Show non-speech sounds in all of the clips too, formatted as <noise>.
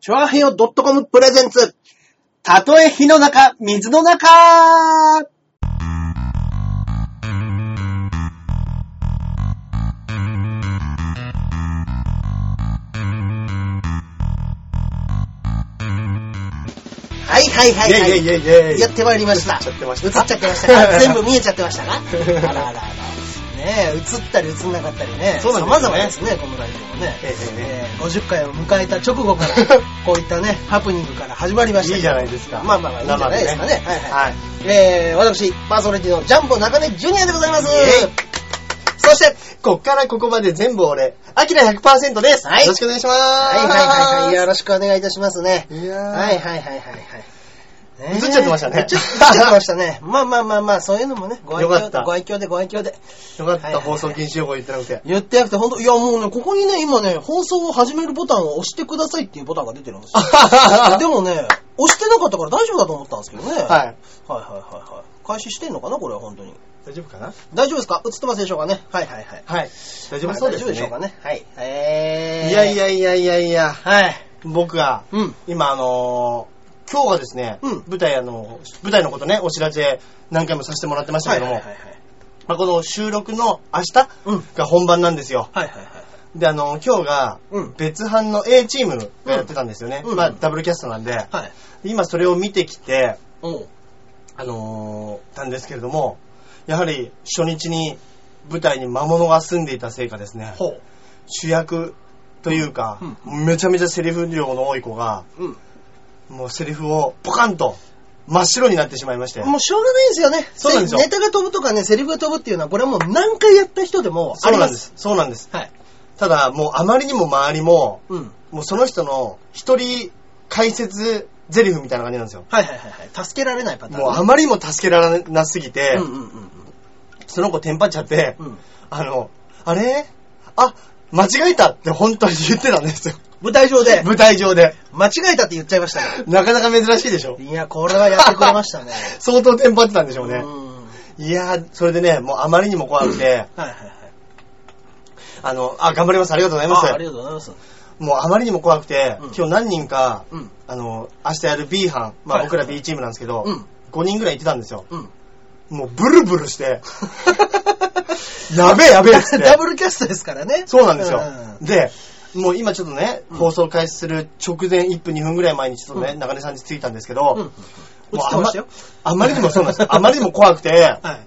チョアヘヨ .com プレゼンツ。たとえ火の中、水の中はいはいはいはい。イェイイェイイェイイェイやってまいりました。映っちゃってました。映っちゃってましたか <laughs> 全部見えちゃってましたかあらあらあら。ねえ、映ったり映んなかったりね。そうなんですよ様ね々ですね、このラジオもね。えええええー50回を迎えた直後 <laughs> から、こういったね、ハプニングから始まりましたけど。いいじゃないですかまあまあまあ、いいんじゃないですかね。生でねはいはい。えー、私、パーソナリティのジャンボ中根ジュニアでございます。イェイそして、こっからここまで全部俺、アキラ100%です。はいよろしくお願いします。はいはいはいはい。よろしくお願いいたしますね。いやーはいはいはいはいはい。ねえ映っちゃってましたね映っちゃ映っちゃってましたね。 <laughs> まあまあまあまあ、そういうのもね、ご愛よかっ嬌でた、ご愛嬌で、ご愛嬌で。よかっはいはいた、放送禁止用語言ってなくて。言ってなくて、ほんと、いやもうね、ここにね、今ね、放送を始めるボタンを押してくださいっていうボタンが出てるんですよ。 <laughs> でもね、押してなかったから大丈夫だと思ったんですけどね。はいはい。はいはいはい。開始してんのかなこれは本当に。大丈夫かな大丈夫ですか映ってますでしょうかねはいはいはい。はい。大丈まあ夫そうですね。大丈夫でしょうかね。はい。えー。いやい。やいやいやいや、はい。僕が、うん。今あのー今日がですね、うん舞台あの、舞台のことね、お知らせ何回もさせてもらってましたけども、はいまあ、この収録の明日うんが本番なんですよ。はいはいはい。で、あの、今日がうん別班の A チームがやってたんですよね。うんまあ、うんダブルキャストなんで、はい。今それを見てきて、おう。あのー、たんですけれども、やはり初日に舞台に魔物が住んでいたせいかですね、ほう。主役というか、うめちゃめちゃセリフ量の多い子が、うん。もうセリフをポカンと真っ白になってしまいまして、もうしょうがないですよね。そうなんですよネタが飛ぶとかね、セリフが飛ぶっていうのは、これはもう何回やった人でもあそうりなま。んですす。そうなんです。はい。ただ、もうあまりにも周りも、うん。もうその人の一人解説セリフみたいな感じなんですよ。はいはいはいはい。助けられないパターン。もうあまりにも助けられなすぎて、うんうんうんその子テンパっちゃって、うん。うん。あの、あれあ、間違えたって本当に言ってたんですよ。舞台上 <laughs> で、舞台上で。間違えたって言っちゃいましたね。なかなか珍しいでしょ。いや、これはやってくれましたね。相当テンパってたんでしょう <laughs> ね。うん。いやー、それでね、もうあまりにも怖くて、はいはいはい。あの、あ、頑張ります。ありがとうございますああり。がとうございます。もうあまりにも怖くて、うん今日何人か、うん。あの、明日やる B 班、まあはい僕ら B チームなんですけど、うん。 5人ぐらい行ってたんですよ。うん。もうブルブルして、 <laughs> やべえやべえっつって。 <laughs> ダブルキャストですからね。そうなんですようん。で、もう今ちょっとね、うん放送開始する直前1分2分ぐらい前にちょっとね、うん中根さんに着いたんですけうん。映ど、ってましたよ。あまりにもそうなんですよ。あまりにも怖くて、はい。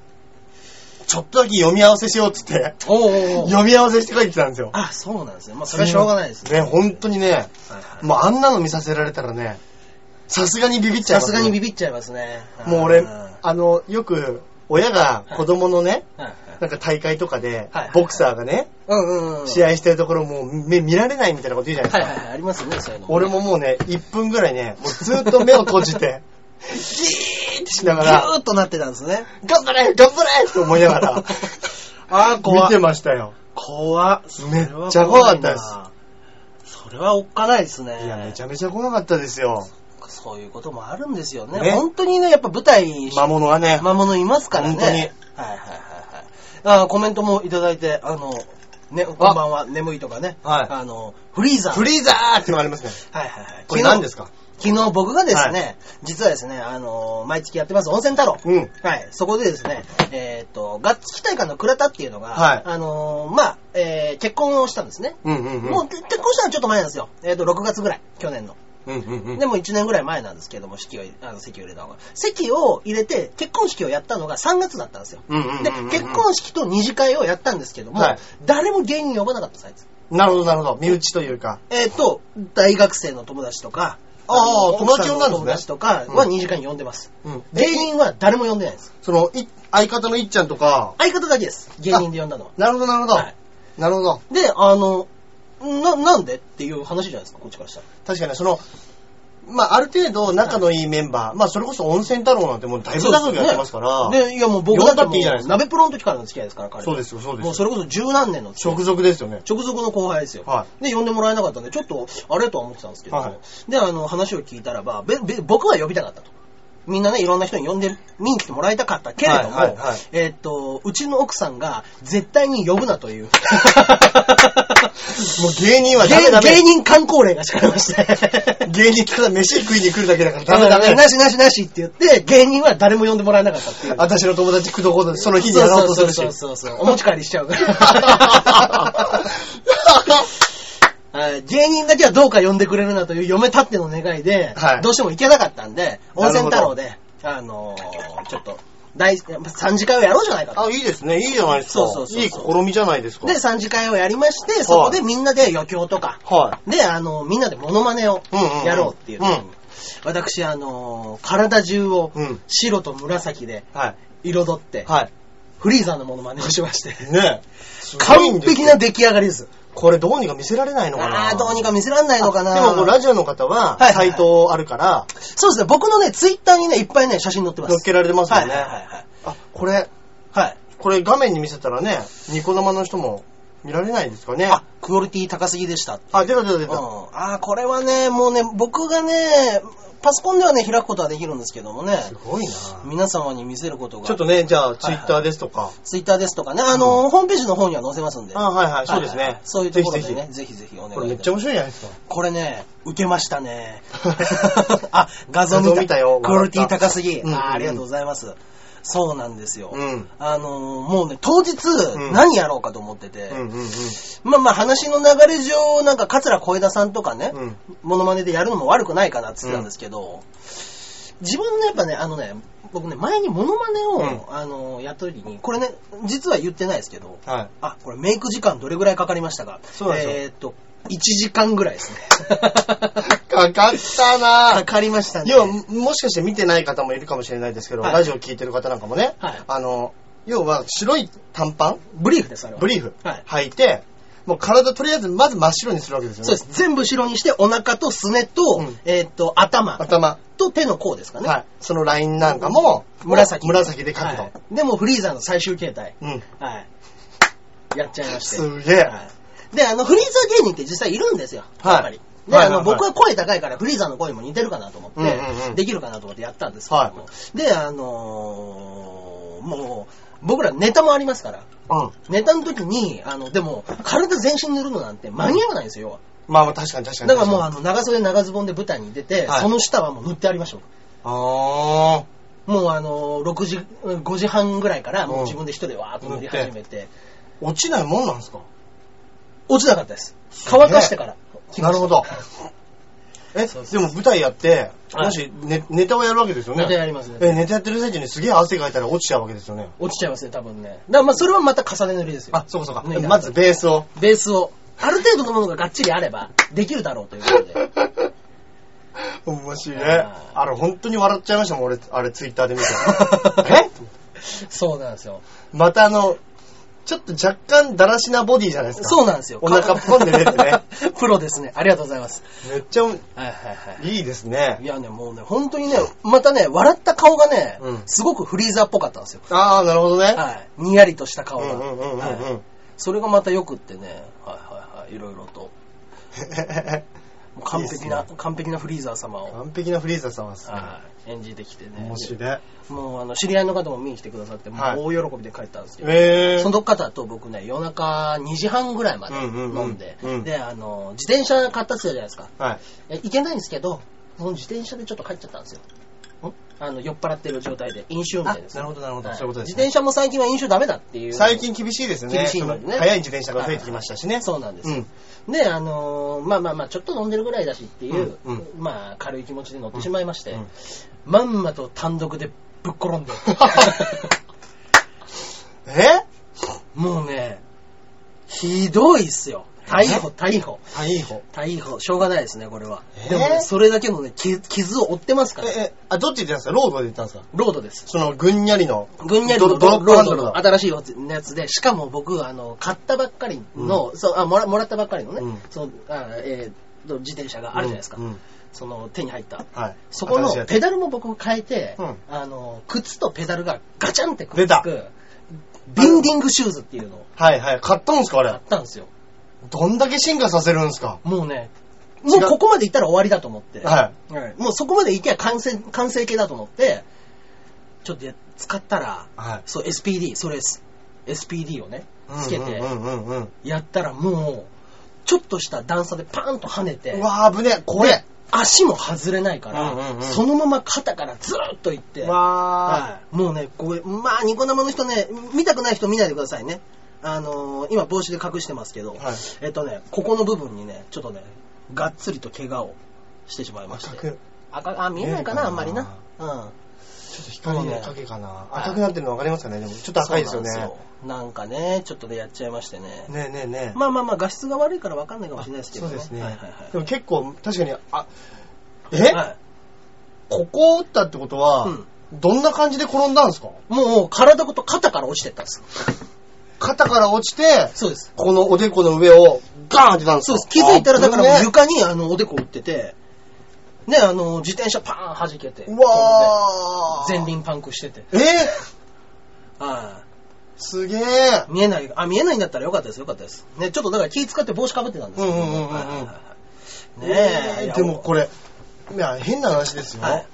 ちょっとだけ読み合わせしようっつって、おうおうおう読み合わせして帰ってきたんですよ。あ、そうなんですよ。まあ、それはしょうがないですね、本当にね、はいはいもうあんなの見させられたらね、さすがにビビっちゃいさますす、がにビビっちゃいますね。もう俺んは、あの、よく、親が子供のね、いはいなんか大会とかではいはい、ボクサーがね、うんうんうん。試合。合してるところもう目見られないみたいなこと言うじゃないですかはい。はいはい、ありますよね、そういうの。俺ももうね、1分ぐらいね、もうずっと目を閉じて、ギーってしながぎら、ゅーっとなってたんですね。頑張れ頑張れって思いながら、 <laughs> あー、怖見ってましたよ。怖っ。。めっちゃ怖かったですそれはおっかないですね。いや、めちゃめちゃ怖かったですよ。そういうこともあるんですよね。ね本当にね、やっぱ舞台、魔物はね、魔物いますからね。本当にはいはいはいはい。あーコメントもいただいて、あの、ね、こんばんは、眠いとかね。はいあの、フリーザー。フリーザーってのがありますね。はいはいはい。これ何ですか昨日僕がですね、は実はですね、あのー毎月やってます温泉太郎。うん。はい、そこでですね、えーっ、と、ガッツ期待感の倉田っていうのが、はいあのーまあ、えー結婚をしたんですね。うんうんうん。もう結婚したのはちょっと前なんですよ。えーっ、と、6月ぐらい、去年の。うんうんうん。でも1年ぐらい前なんですけども、式を、あの、席を入れたのが。席を入れて、結婚式をやったのが3月だったんですよ。うんうんうんうんで、結婚式と二次会をやったんですけども、はい誰も芸人呼ばなかったですあいつ。なるほどなるほど。身内というか。えっ、と、大学生の友達とか、ああの友達呼んだんですね友達とかは2時間に呼んでます。うん。芸人は誰も呼んでないです。その、い相方のいっちゃんとか、相方だけです。芸人で呼んだのは。なるほどなるほど。はいなるほど。で、あの、な、なんでっていう話じゃないですか、こっちからしたら。確かにその、まあ、ある程度仲のいいメンバー、まあ、それこそ温泉太郎なんてもうだいぶ長くやってますから、で、いやもう僕呼んだだっってていいいじいじゃなゃないでいですか。鍋すかプロの時からの付き合いですから、彼はそうですよそうですよもうそれこそ十何年の付き合い直属ですよね。直属の後輩ですよ。はで、呼んでもらえなかったんで、ちょっと、あれとは思ってたんですけど、はいで、あの、話を聞いたらば、べべ僕は呼びたかったと。みんなね、いろんな人に呼んでる、見に来てもらいたかったけれども、はいはいはい <laughs> えーっと、うちの奥さんが、絶対に呼ぶなという。もう芸人はダメダ芸メ。芸人観光令が敷かれまして。芸人から飯食いに来るだけだからダ <laughs> ダメメダダメ。メ。 <laughs> なしなしなしって言って、芸人は誰も呼んでもらえなかったっていう。私の友達口説こうと、その日にやろうとするし。そうそうそうそう。お持ち帰りしちゃ <laughs> う <laughs> から。はい芸人だけはどうか呼んでくれるなという嫁たっての願いで、はいどうしても行けなかったんで、温泉太郎で、あのーちょっと、第3次会をやろうじゃないかと。あ、いいですね。いいじゃないですか。そうそうそういい試みじゃないですか。で、3次会をやりまして、そこでみんなで余興とか、はで、あの、みんなでモノマネをうんうんうんやろうっていう時にうん私、あの、体中をうん白と紫でい。はい。彩って、はフリーザーのモノマネをしまして、い。ねえ完璧な。出来上がりです。これどうにか見せられないのかなああー、どうにか見せらんないのかな。でももうラジオの方はは、いはいサイトあるから、そうですね、僕のね、ツイッターにね、いっぱいね、写真載ってます。載っけられてますよね。はいはいはいあ、これ、はい。はい。これ画面に見せたらね、ニコ生の人も見られないですかね。あ、クオリティ高すぎでした。あ、出た出た出うんた。あーこれはね、もうね、僕がね、パソコンではね、開くことはできるんですけどもね、すごいな皆様に見せることが。ちょっとね、じゃあ、ツイッタはーいですとか。ツイッターですとかね、あの、ホームページの方には載せますんで。あ、はいはい、そうですはいはいね。そういうところでぜひぜね、ぜひぜひお願いひ。しこまれすめっちゃ面白いじゃないですか。これね、受けました <laughs> ね。あ、画像見画た像見たよクオリティ高すぎ、笑ったあー。あうんうんうんりがとうございます。そうなんですよ。うん。あのーもうね、当日、うん何やろうかと思ってて、うんうんうん。まあまあ話の流れ上、なんか桂小枝さんとかね、うんモノマネでやるのも悪くないかなって言ってたんですけど、自分のやっぱね、あのね、僕ね、前にモノマネを、あのーやった時に、これね、実は言ってないですけど、はい。あ、これメイク時間どれぐらいかかりましたかそうなんですよえーっと、1時間ぐらい <laughs> ですね。かかったなかかりましたね。要は、もしかして見てない方もいるかもしれないですけど、はいラジオ聞いてる方なんかもね、はいあの、要は白い短パン、ブリーフです、あれは。ブリーフ、はい。履いて、もう体とりあえずまず真っ白にするわけですよね。そうです。全部後ろにして、お腹とすねと、うんえーっと、頭頭、と手の甲ですかね。はい。そのラインなんかも、紫。紫で描くと。はいでもフリーザーの最終形態。うん。はい。やっちゃいまして。すげはえいで、あの、フリーザー芸人って実際いるんですよ。はいやっぱり。で、はいあはいはの、い僕は声高いから、フリーザーの声も似てるかなと思っうんうてんうん、できるかなと思ってやったんですけども。で、あのー、もう、僕らネタもありますから、うん。ネタの時に、あの、でも、体全身塗るのなんて間に合わないんですよ、要はまあまあ確かに確かに。だからもう、ああの、長袖長ズボンで舞台に出て、はいその下はもう塗ってありましょう。あもうあの、6時、5時半ぐらいから、もううん自分で一人でわーっと塗り始めて、ー落ちないもんなんですか落ちなかったです。乾かしてから。なるほ <laughs> ど。え、そうでも舞台やって、はいもしネネタをやるわけですよね。ネタやりますねえ、ネタやってる最中にすげえ汗かいたら落ちちゃうわけですよね。落ちちゃいますね、多分ね。だからまあ、それはまた重ね塗りですよ。あ、そうかそうか。ねまずベースを。ベースを。ある程度のものががっちりあれば、できるだろうということ <laughs> で。面白いね。あーあれ、本当に笑っちゃいましたもん、俺、あれ、ツイッタ <laughs> ーで見たえそうなんですよ。またあの、ちょっと若干だらしなボディじゃないですか。そうなんですよ。お腹ポンで出てね。 <laughs> プロですね。ありがとうございます。めっちゃはいはいはい。いいですねい。やね、もうね、本当にね、またね、笑った顔がね、うんすごくフリーザーっぽかったんですよ。ああ、なるほどね。はい。にやりとしたう顔んが。うんうんうんうん。はいそれがまた良くってね、はいはいはい、いろいろと。もう完璧いいなっす完璧なフリーザー様を、完璧なフリーザーさんですね。はい演じてきてね。面白いね。もうあの知り合いの方も見に来てくださって、もはいう大喜びで帰ったんですけど、えそー。の方と僕ね、夜中2時半ぐらいまでうんうんうん飲んで、うんで、あの、自転車買ったっつったじゃないですか。はい。え行けないんですけど、その自転車でちょっと帰っちゃったんですよ。あの酔っ払ってる状態で、飲酒運転ですね、あなるほどなるほどはいそういうことですね自転車も最近は飲酒ダメだっていう。最近厳しいですよね。厳しいのでねその速い自転車が増えてきましたしね。そうなんですうよ、ん。で、あのーまあまあまあ、ちょっと飲んでるぐらいだしっていう、うんうんまあ、軽い気持ちで乗ってしまいまして、うんうんまんまと単独でぶっ転んで、 <laughs> えもうね、ひどいっすよ。逮捕、逮捕、あ、いい方。逮捕、しょうがないですね、これは。えーでもね、それだけのね、き傷を負ってますからえ、、え、あ、どっちで行ったんですかロードで行ったんですかロードです。その、ぐんにゃりの。ぐんにゃりドのロロドローップハンドドルのの。新しいやつで、しかも僕、あの、買ったばっかりの、そうあもら、もらったばっかりのね、うんそのあえーと自転車があるじゃないですか。うんうんその手に入った。はい。そこの新しいやつペダルも僕変えて、うんあの、靴とペダルがガチャンってくっ出つたく、ビンディングシューズっていうのをはいはい。買ったんですかあ買れっ。たんですよ。どんだけ進化させるんですかもうね、もうここまで行ったら終わりだと思って、ははいもうそこまで行けば完成、完成形だと思って、ちょっとや使ったら、はいそう、SPD、それです。SPD をねい。、つけて、うんうんうんうんうん。やったらもう、ちょっとした段差でパーンと跳ねてう、わー、危ねえ、怖え。足も外れないから、うんうんうんそのまま肩からずーっといって、うわはい、もうね、これ、まあ、ニコ生の人ね、見たくない人見ないでくださいね。あのー今帽子で隠してますけど、はいえっとね、ここの部分にね、ちょっとね、がっつりと怪我をしてしまいー、まし赤て。く。赤あ、見えないかな、あんまりな。うん。ちょっと光の影かな。赤くなってるの分かりますかねでも、ちょっと赤いですよね。そうなんよなんかね、ちょっとね、やっちゃいましてね。ねえねえねえ。まあまあまあ、画質が悪いからわかんないかもしれないですけど、そうですね、はいはいはい。でも結構、確かに、あ、え、はいここを打ったってことは、うんどんな感じで転んだんですかもう、体ごと肩から落ちてったんです。肩から落ちて、そうです。このおでこの上をガーンってたんですそうかです。気づいたら、だからもうあ床にあのおでこ打ってて、ね、あの、自転車パーン弾けて、うわー。飛んで前。輪パンクしてて、えー、はすげえい。見えない、あ、見えないんだったらよかったです、よかったです。ね、ちょっとだから気使って帽子かぶってたんですけど、うんうんうんうんうんはいはいはいはいねえ、でもこれ、いや、変な話ですよ。はい、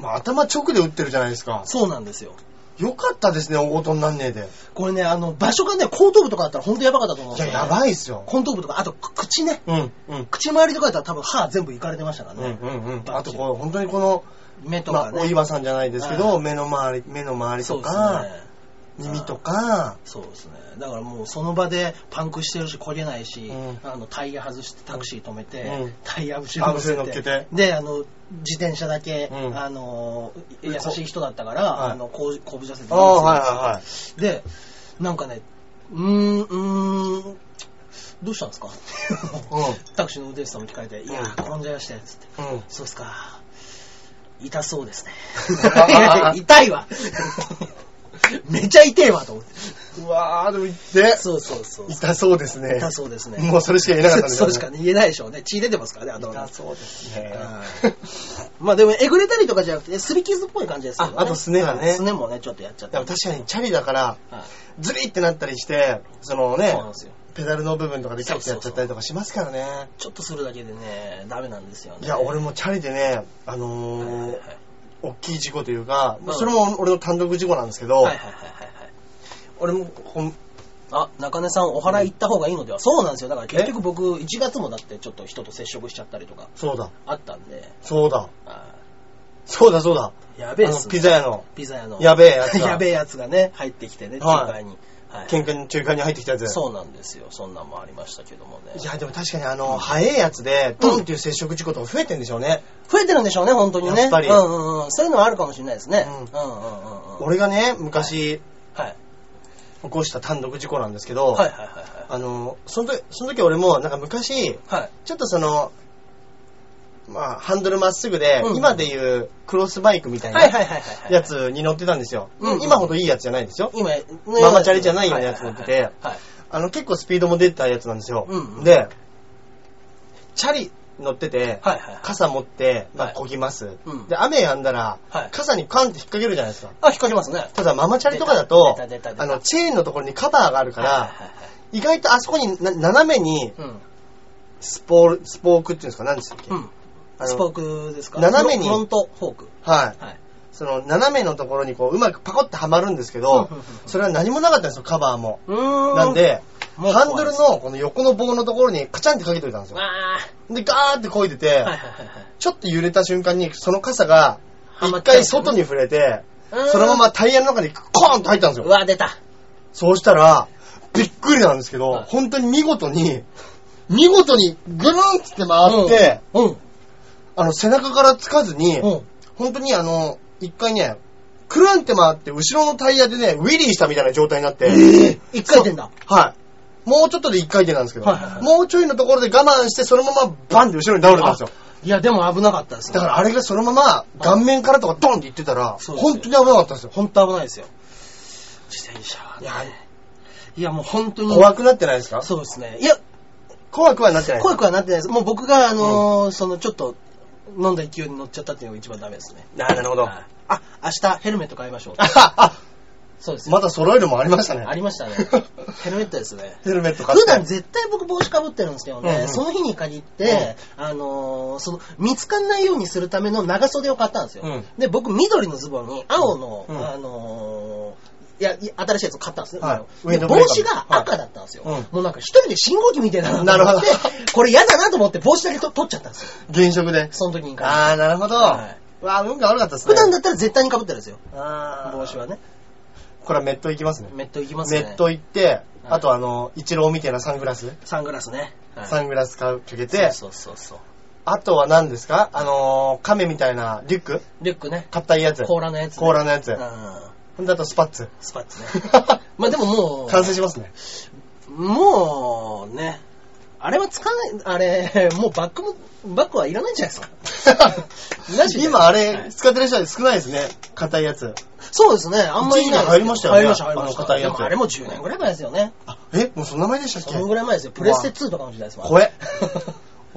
まあ、頭直で打ってるじゃないですか。そうなんですよ。よかったですね、大ごとになんねえで。これね、あの、場所がね、後頭部とかだったら本当やばかったと思うんいですや、よ、やばいっすよ。後頭部とか、あと口ね。うん、うん。口周りとかだったら多分歯全部いかれてましたからうんね。うんうん、あとこう本当にこの、目とまかあ、ね。お岩さんじゃないですけど、はい目の周り目の周りそとうですか、ね。耳とか、そうですね。だからもうその場でパンクしてるし、焦げないし、うんあのタイヤ外してタクシー止めて、うんタイヤ後ろに乗せてあ後ろに乗っけてで、あの、自転車だけ、うんあの、優しい人だったから、はいあの、こう、こぶじゃせてああはいはいはいで、なんかね、うーん、うーん、どうしたんですか、んタクシーの運転手さんも聞かれて、いやー、転んじゃいましたよ、つって。うんそうっすか。痛そうですねあああ。 <laughs> 痛いわ。めちゃ痛いわ、と思って。うわーでも痛そうそうそう。痛そうですね痛そうですね。もうそれしか言えなかったんそうしかね言えないでしょうね。血出てますからね、頭痛が。そうですねはいまあでも、えぐれたりとかじゃなくて、すり傷っぽい感じですけどね。ああとすねがねすねもね、ちょっとやっちゃっでたも。確かにチャリだからはいズリってなったりしてそのねそうなんですよ。ペダルの部分とかでキャッてやっちゃったりとかしますからねちょっとするだけでね、ダメなんですよね。いや俺もチャリでねあはいはいはい、のー大きい事故というかうんそれも俺の単独事故なんですけど、はいはいはいはいはい。俺もこんあ、中根さん、お祓い行った方がいいのでは、そうなんですよ。だから結局僕、1月もだってちょっと人と接触しちゃったりとかそうだあったんで、そうだあそうだそうだーやべえっあすのねピザ屋のピザ屋の。やべえやつが <laughs> やべえやつがね、入ってきてね、はい仲介に。はい喧嘩に中間に入ってきたやつそうなんですよ。そんなんもありましたけどもね。いやでも確かにあの早いやつでドンっていう接触事故とか増えてんでしょうね、増えてるんでしょうね、本当にね。やっぱりうんうんうん。そういうのはあるかもしれないですね。ううんん、うん、うんうんうん。俺がね昔はい。起こした単独事故なんですけど、はいはいはいはあのその時その時俺もなんか昔い。はい。ちょっとそのまあハンドルまっすぐで、うん今でいうクロスバイクみたいはいはないはいはい。や。つに乗ってたんですよ、うん今ほどいいやつじゃないんですよ今、ねママチャリじゃないようなやつ乗っててはいはいはいはい。あの結構スピードも出てたやつなんですよ、うんうんでチャリ乗ってて、はいはいはい。傘持って、まはあ、いこぎます、うんで、雨やんだら、はい傘にカンって引っ掛けるじゃないですか。あ、引っ掛けますね。ただ、ママチャリとかだと出た出た出、たあの、チェーンのところにカバーがあるからはい、はいはいはい意外とあそこにな斜めにうん。スポール、スポークっていうんですか、何でしたっけ、うん。あのスポークですか斜めにフロントフォーク。はい。はい。その、斜めのところにこう、うまくパコってはまるんですけどうんうんうん、それは何もなかったんですよ、カバーも。うーんなん、で、もうハンドルのこの横の棒のところにカチャンってかけておいたんですわよ。あで、ガーってこいでてはいはい、はいはい。ちょっと揺れた瞬間に、その傘が、はま一っちゃう回外に触れて、そのままタイヤの中にコーンと入ったんですうよん。う。わ、出た。そうしたら、びっくりなんですけど、はい本当に見事に、見事にぐるんっつって回って、うん。うん。あの、背中からつかずに、うん本当にあの、一回ね、くるんって回って、後ろのタイヤでね、ウィリーしたみたいな状態になって、一回転だ。はい。もうちょっとで一回転なんですけど、はいはいはいもうちょいのところで我慢して、そのままバンって後ろに倒れたんですよ。いや、でも危なかったですね。だからあれがそのまま顔面からとかドンっていってたら、そうですよ本当に危なかったんですよ。本当危ないですよ。自転車はねいやいや、もう本当に。怖くなってないですかそうですね。いや、怖くはなってないです怖くはなってないです。もう僕が、あのーその、ちょっと、飲んだ勢いに乗っちゃったっていうのが一番ダメですね。あーなるほど。はいあ、明日ヘルメット買いましょう。あそうですよ。まだ揃えるもんありましたね。ありましたね。ヘルメットですね。ヘルメット買って。普段絶対僕帽子かぶってるんですけどね、うんうんその日に限って、あのーその、見つかんないようにするための長袖を買ったんですよ。うんで、僕、緑のズボンに青の、うんあのーいや、い新しいやつを買ったんですね。はいでウィンドブレ帽ーカ子ーが赤だったんですよ。はいうんもうなんか一人で信号機みたいだなと思ってなるほ、これ嫌だなと思って帽子だけと取っちゃったんですよ。現職で。その時に買ってあー、なるほど。はわあ、運が悪かったですね。普段だったら絶対に被ってるんですよ。あー帽子はね。これはメット行きますね。メットいきますメね。ット行って、あとあの、一郎みたいなサングラス。サングラスね。はいサングラスかけて、そうそうそう。あとは何ですかあのー、亀みたいなリュックリュックね。硬いやつ。甲羅のやつね、甲羅のやつうん。ほんであとスパッ <laughs> ツ。スパッツね。まあでももう、完成しますね。もうね、あれはつかない、あれ、もうバックも、バックはいらないんじゃないですか。なしで今あはれ、い使ってる人は少ないですね。硬いやつ。そうですね、あんまりいないですけど一時期流行りましたよね流行りました、流行りましあのた。硬いでやつもあれも10年ぐらい前ですよね。あ、えもうそんな前でしたっそのけぐらい前ですよ。プレステ2とかの時代ですもん。怖え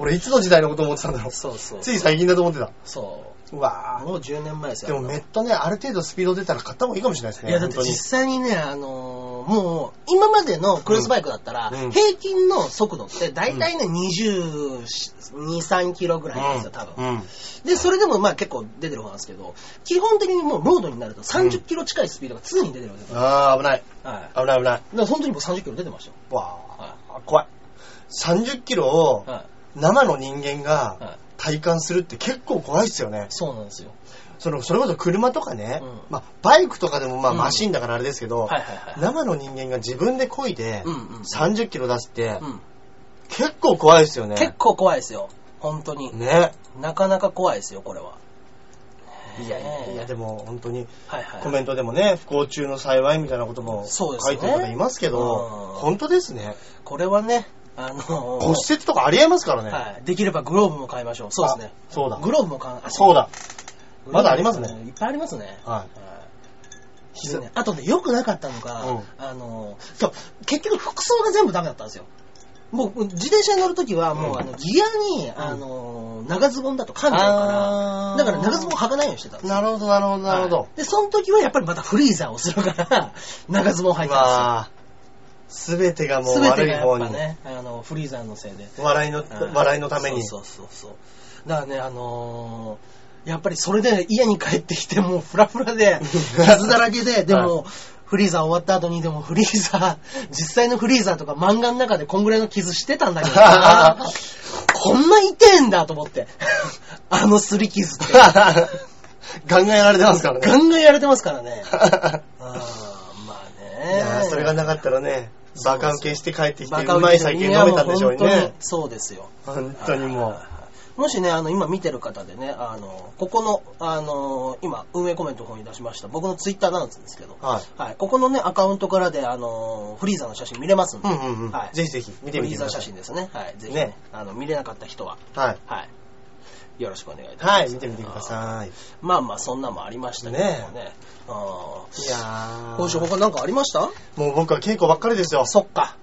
俺いつの時代のこと思ってたんだろ <laughs> う。そうそう。つい最近だと思ってた。そうう。わもう10年前ですぁ。よ。でもメットね、ある程度スピード出たら買った方がいいかもしれないですね。いや、だって本当に実際にね、あのーもう、今までのクルーズバイクだったら、うん平均の速度って大体ね、22、3キロぐらいなんですよ、多分。うんうんで、それでもまあ結構出てる方なんですけど、基本的にもうロードになると30キロ近いスピードが常に出てるわけですよ。あー、危ない。はい。だか危ない危ない。ら本当にもう30キロ出てましたよ。わぁ、怖い。30キロをは生の人間い。はがい。体感するって結構怖いっすよね。そうなんですよ。そのそれこそ車とかね、うんまあ、バイクとかでもまあうんマシンだからあれですけど、はいはいはい。生の人間が自分で漕いでうんうん。 30キロ出すってうん結構怖いですよね。結構怖いですよ。本当に。ね。なかなか怖いですよ、これは。いやいやいや、でも、も本当にはいはい。コメントでもね、不幸中の幸いみたいなこともそ書うですねいてる方いますけど、うん本当ですね。これはね、あのー骨折とかありえますからね。はい。できればグローブも買いましょう。そうですね。あそうだ。グローブも買わなそうだ。だ。まだありますねグローブもいっぱいありますね。はいでねあとね、良くなかったのが、うんあの、そう、結局服装が全部ダメだったんですよ。もう、自転車に乗るときは、もう、うんあの、ギアに、あの、長ズボンだと噛んじゃうから、あーだから長ズボン履かないようにしてたんい。ですよなるほど、なるほど、なるほはどい。で、その時はやっぱりまたフリーザーをするから、長ズボン履いてたんまあ、すべてがでもすうよ。すべて悪がやいっ方ぱに。ね、あの、フリーザーのせいで。笑いの、笑いのために。そうそうそうそうだからねあのーやっぱりそれで家に帰ってきてもうフラフラ <laughs> で傷だらけででも、フリーザー終わった後にでもフリーザー実際のフリーザーとか漫画の中でこんぐらいの傷してたんだけど <laughs> なこんな痛えんだと思ってあのすり傷って <laughs> ガンガンやられてますからガね。ンガンやられてますから <laughs> ねあいーまあねやーそれがなかったらね、バカ受けして帰ってきて、うま売いり酒飲めたんでしょういやも本当ねに。そうですよ本当にもう。う。もしね、あの、今見てる方でね、あの、ここの、あの、今、運営コメントの方に出しました、僕のツイッターなんですけど、はい。はい、ここのね、アカウントからで、あの、フリーザの写真見れますんで、うんうんうんは。いぜひぜひ見てみてくフリーザださ写真。いですね。はい、ぜひねねあの、見れなかった人は、はい。はい、よろしくお願いいたします。はい、見てみてください。まあまあ、そんなもありましたけどもね。あーいや今週ー。他なんかありましたもう僕は稽古ばっかりですよ。そっか。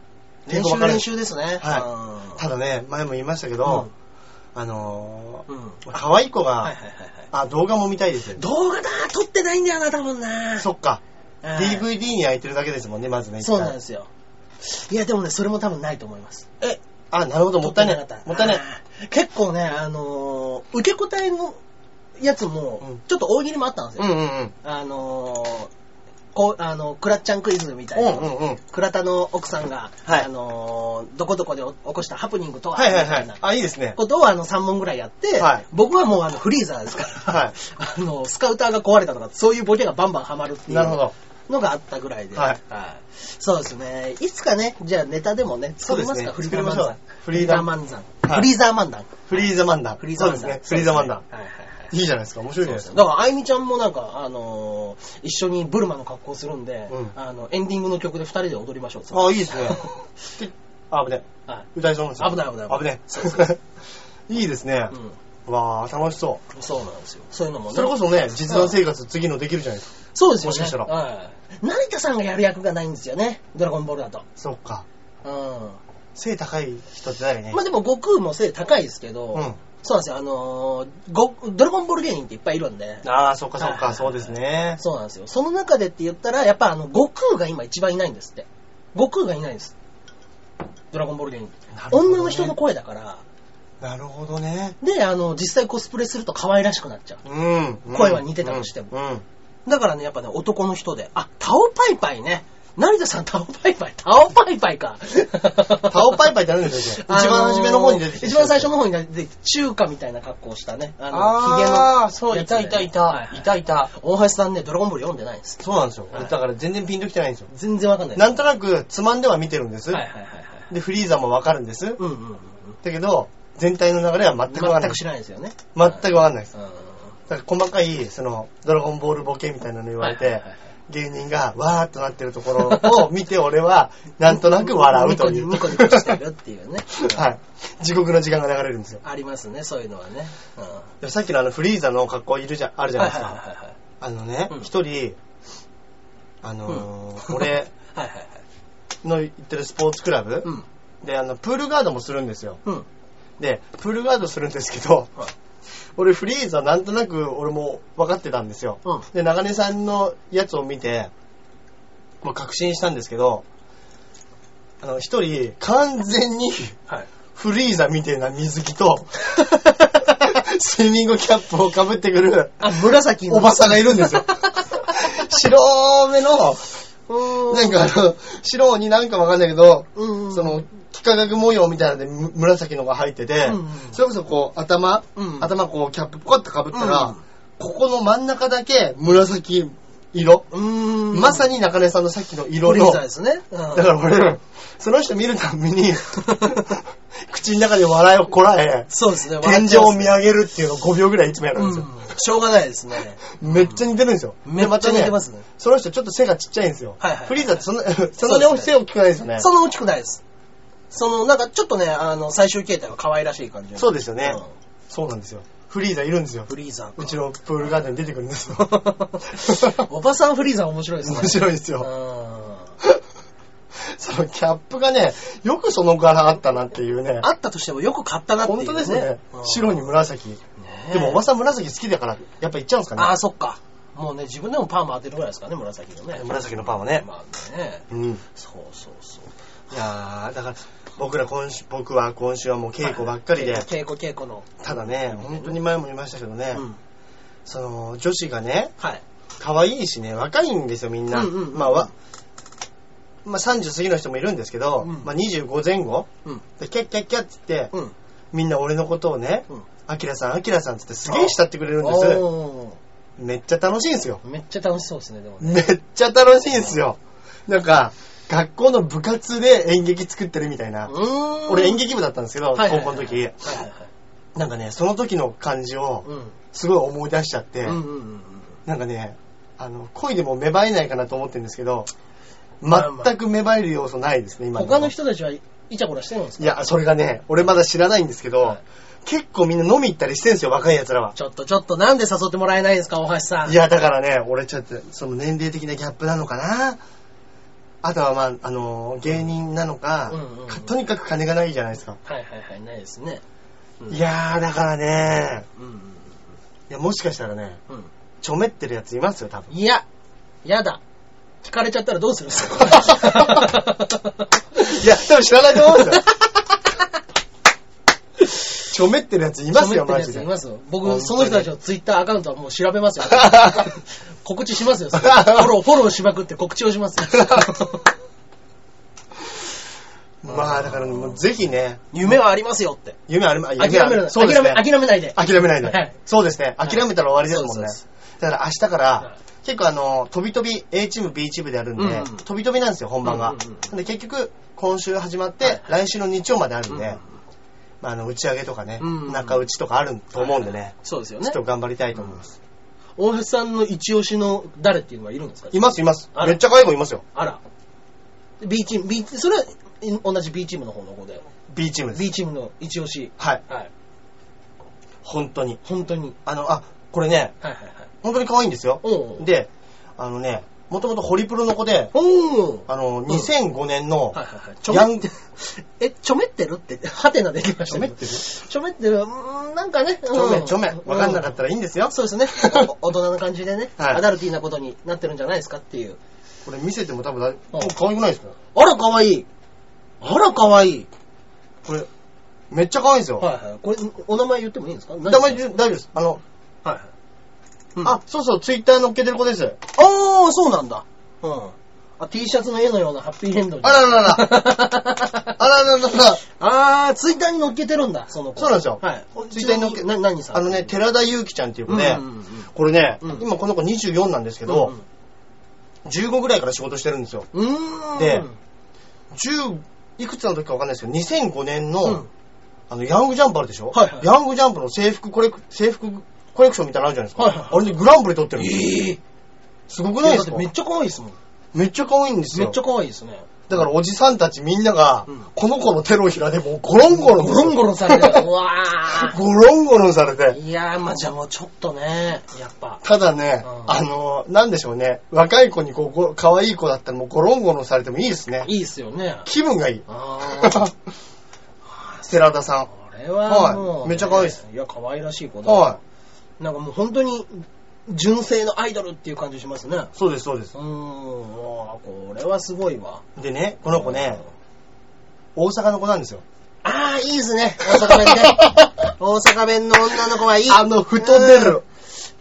稽練古ば習っかり練習ですね。はい。ただね、前も言いましたけど、あのい。うん。ー、可愛い子はいはいが、はいはい。あ、動画も見たいです。動画だ撮ってないんだよな、多分な。そっか。はい DVD に焼いてるだけですもんね、まずね。。そうなんですすよ。いや、でもね、それも多分ないと思います。え、あ、なるほど、もったいない撮て。もったいない。あー結構ね、あのー受け答えのやつうもん、ちょっと大喜利もあったんですうよ。んうんうん。あのーこう、あの、クラッチャンクイズみたいな。うんうんうん。倉田の奥さんが、はいあのーどこどこで起こしたハプニングとは、はいはいはみたいい。なあ、いいですね。ことをあの3問ぐらいやって、はい僕はもうあのフリーザーですから、はあの、スカウターが壊れたとか、そういうボケがバンバンハマるっていい。う。なるほど。のがあったぐらいで。はいそうですね。いつかね、じゃあネタでもね、作りますか、そうですフリねーザー漫談。作りましょう漫談。はいフリーザー漫談。フリーザマンダー。フリーザそーう漫談。ですね。フリーザマンダー。はいはいはい。いいじゃないですか。面白いそうでじゃないですすねか。だから、あゆみちゃんもなんか、あのー一緒にブルマの格好をするんで、うんあの、エンディングの曲で二人で踊りましょう。あ、いいですね。であ、危ね。 <laughs> はい。歌いそうなんですよ危ない危ない危ねそうそうそ。 <laughs> いいですね。うわー、楽しそん。そうなんですよ。そういうのもう。ね。それこそね、実弾生活次のできるじゃないですか。そうですよね。もしかしたらはい。成田さんがやる役がないんですよね。ドラゴンボールだと。そっか。うん。背高い人って誰ねまあ。でも悟空も背高いですけど、うん。そうなんですよ、あのーごドラゴンボール芸人っていっぱいいるんで、あー、そっかそはいっはいはか、いそうですね。そうなんですよ。その中でって言ったら、やっぱあの、悟空が今一番いないんですって。悟空がいないんです。ドラゴンボール芸人って。なるほどね女の人の声だから、なるほどね。で、あの、実際コスプレすると可愛らしくなっちゃう。うん。うん声は似てたとしてもうん。うんだからね、やっぱね、男の人で。あ、タオパイパイね。成田さん、タオパイパイ。タオパイパイか。タオパイ <laughs> パイってあるんです <laughs> よ。一番初めの方に出てきた。一番最初の方に出てきた中華みたいな格好をしたね。あの、ヒゲの。ああ、そう、いたいたいはたいは。いいたいた。大橋さんね、ドラゴンボール読んでないんです。そうなんですよ。はいだから全然ピンときてないんですよ。全然わかんないです。なんとなく、つまんでは見てるんです。はいはいはいはい。で、フリーザもわかるんです。うんうんうん。だけど、全体の流れは全くわかんな全いく。知らないですよね。全くわかんないです。うん。だから細かい、その、ドラゴンボールボケみたいなの言わはいれはていはいはい、芸人がわーっとなってるところを見て、俺は、なんとなく笑うという。。ニコニコニコニコしてるっていうね <laughs> はい。地獄の時間が流れるんですよ。ありますね、そういうのはね。うん。でもさっきのあの、フリーザの格好いるじゃ、あるじゃないですはいはか。いはいはい。あのねう、ん一人、あのー、うん俺はいはいはい。の行ってるスポーツクラブうん。で、あの、プールガードもするんですよ。うん。で、プールガードするんですけど、はい俺フリーザなんとなく俺も分かってたんですよ。うんで、長根さんのやつを見て、もう確信したんですけど、あの、一人、完全にはい。フリーザみたいな水 <laughs> 着と、スイミングキャップをかぶってくるあ、紫の。おばさんがいるんですよ。白目の、 <laughs> うなんん。かあの、白になんかわかんないけど、うんうん。そ、の、幾何学模様みたいなのでむ紫のが入ってて、うんうんそれこそこう、頭、うん頭こう、キャップポコッとかぶったら、うんここの真ん中だけ紫色、うーん。まさに中根さんのさっきの色フリの、ーザーですね。うん。 <laughs> だから俺、その人見るたん <laughs> びに、口の中で笑いをこらえ、そうですね。天井を見上げるっていうのを5秒ぐらいいつもやるんうでんすよ。。しょうがないですね。めっちゃ似てるんですよ。めっちゃ似てますねでたその人ちょっと背がちっちゃいんですよ。はいはいはいフリーザって <laughs> そんな、そんなに大きい背大きくないですよね。そんな大きくないです。その、なんかちょっとね、あの、最終形態は可愛らしい感じの。そうですよねんそうなんですよ。フリーザいるんですよ。フリーザーか。うちのプールガーデンに出てくるん <laughs> ですよ。 <laughs> おばさんフリーザー面白いですね。面白いですよ。よ。そのキャップがね、よくその柄あったなっていうね。あったとしてもよく買ったなっていう、本ね。当ですね。白に紫。うん。ねえでもおばさん紫好きだから、やっぱ行っちゃうんですかああ、ね。そっか。もうね、自分でもパーマ当てるぐらいですかね、紫のね。紫のパーマねまあね。うん。いそうそうそう。やー、だから、僕ら今週、僕は今週はもう稽古ばっかりで、稽古稽古の。ただね、本当に前も言いましたけどねう、ん。その、女子がね、はい。可愛いしね、若いんですよ、みんな。うんうんうんまあ、わまあ、30過ぎの人もいるんですけど、うんまあ、25前後、うん。でキャッキャッキャッつって、うん。みんな俺のことをねうん、アキラさん、アキラさんっつってすげえ慕ってくれるんです。おめっちゃ楽しいんですよ。ーめっちゃ楽しそうですね、でもね。めっちゃ楽しいんですよ。なんか、学校の部活で演劇作ってるみたいな。ーん俺演劇部だったんですけど、はいはい高校の時。はいはいはい。なんかね、その時の感じをうん。すごい思い出しちゃって、うんうんうんなんかね、あの、恋でも芽生えないかなと思ってるんですけど、まあまあ全く芽生える要素ないですね、うん。今の他の人たちはいイチャコラしてるんですかいや、それがね、俺まだ知らないんですけど、はい結構みんな飲み行ったりしてるんですよ、若い奴らは。ちょっとちょっと、なんで誘ってもらえないんですか、大橋さん。いや、だからね、俺ちょっと、その年齢的なギャップなのかな。あとは、まあ、あの、芸人なのか、うんうんうんかとにかく金がないじゃないですか。はいはいはい、ないですね。うんい。やー、だからね、うんうんいや、もしかしたらね、うん。ちょめってるやついますよ、多分。いや、やだ。聞かれちゃったらどうするんですか <laughs> いや、多分知らないと思うんですよ。ち <laughs> ょめってるやついますよ、喋マってジるやつで。いますよ。本当僕、にその人たちのツイッターアカウントはもう調べ <laughs> ますよ。告知しますよ、それフォロー、フォローしまくって告知をし <laughs> ますよ。まあ、だから、もうぜひね、夢はありますよって。夢ありま、諦夢あめるな、そうです諦め、ね。諦めないで。諦めないで。はいそうですね。はい諦めたら終わりですもんそうでねすそ。だから明日かはらい、結構あの、飛び飛び A チーム B チームでやるんうんうでん、飛び飛びなんですよ、本番が。うんうんうんなんで結局、今週始まっはいて、来週の日曜まであるんうんうんで、まああの、打ち上げとかねうんう、ん中打ちとかあると思うんでね、そうですよちょねっ。と頑張りたいと思います。大橋さんの一押しの誰っていうのはいるんですかいますいますあ。らめっちゃ介護いますよ。あら。B チーム、B、それは同じ B チームの方の子で。 B チームです。 B チームの一押し。はい。はい。本当に。本当に。あの、あ、これね、はいはいはい。本当に可愛いんですよ。おうで、あのね、もともとホリプロの子で、おうあの、2005年の、はいはいはい。ちょヤめっンて、 <laughs> え、ちょめってるって、ハテナできましちょためけっどてるちょめってる、うーんなんかね。ちょめちょめ。うわかんなかったらいいんですよ。そうですね。お大 <laughs> 人な感じでね、はいアダルティーなことになってるんじゃないですかっていう。これ見せても多分だ、うん可愛くないですかあら、かわいい。あら、かわいい。これ、めっちゃ可愛いんですよ。はいはい。これ、お名前言ってもいいんですか名前はい大丈夫です。あの、はい。うんあ、そうそう、ツイッター乗っけてる子です。ああ、そうなんだ。うん。あ、T シャツの絵のようなハッピーエンドにあらららら。あらららら。 <laughs> あー、ツイッターに載っけてるんだ、その子そうなんですよはい。ツイッターに載っけな、何さんあのね、寺田祐希ちゃんっていう子ねうんうんうん、これねうん、今この子24なんですけど、15ぐらいから仕事してるんですよ。うんうん。で10、いくつの時かわかんないですけど、2005年うのん、あの、ヤングジャンプあるでしょはいはいヤングジャンプの制服コレク、制服コレクションみたいなのあるじゃないはいですはいか。あれでグランプリ取ってるんですよ。ええ。すごくないでだっすてかめっちゃ可愛いですもん。めっちゃ可愛いんですめっよち。ゃ可愛いですね。だからおじさんたちみんながうん、この子の手のひらでもうゴロンゴロン。ゴロンゴロンされて <laughs> る。うわゴロンゴロンされー。て。いやー、まあじゃあもうちょっとね、やっぱ。ただね、うんあのー、なんでしょうね。若い子にこうご、可愛い子だったらもうゴロンゴロンされてもいいですね。いいっすよね。気分がいい。あー。 <laughs> 寺田さこれはもう、はいめっちゃ可愛いっす。いや、可愛らしい子ん。だ。はなんかもう本当に、純正のアイドルっていう感じしますね。い。そうです、そうでう。すーん、あーこれはすごいわ。でね、この子ね、大阪の子なんですよ。ああ、いいですね。大 <laughs> 阪弁ね。大阪弁の女の子はいい。あの、太出る。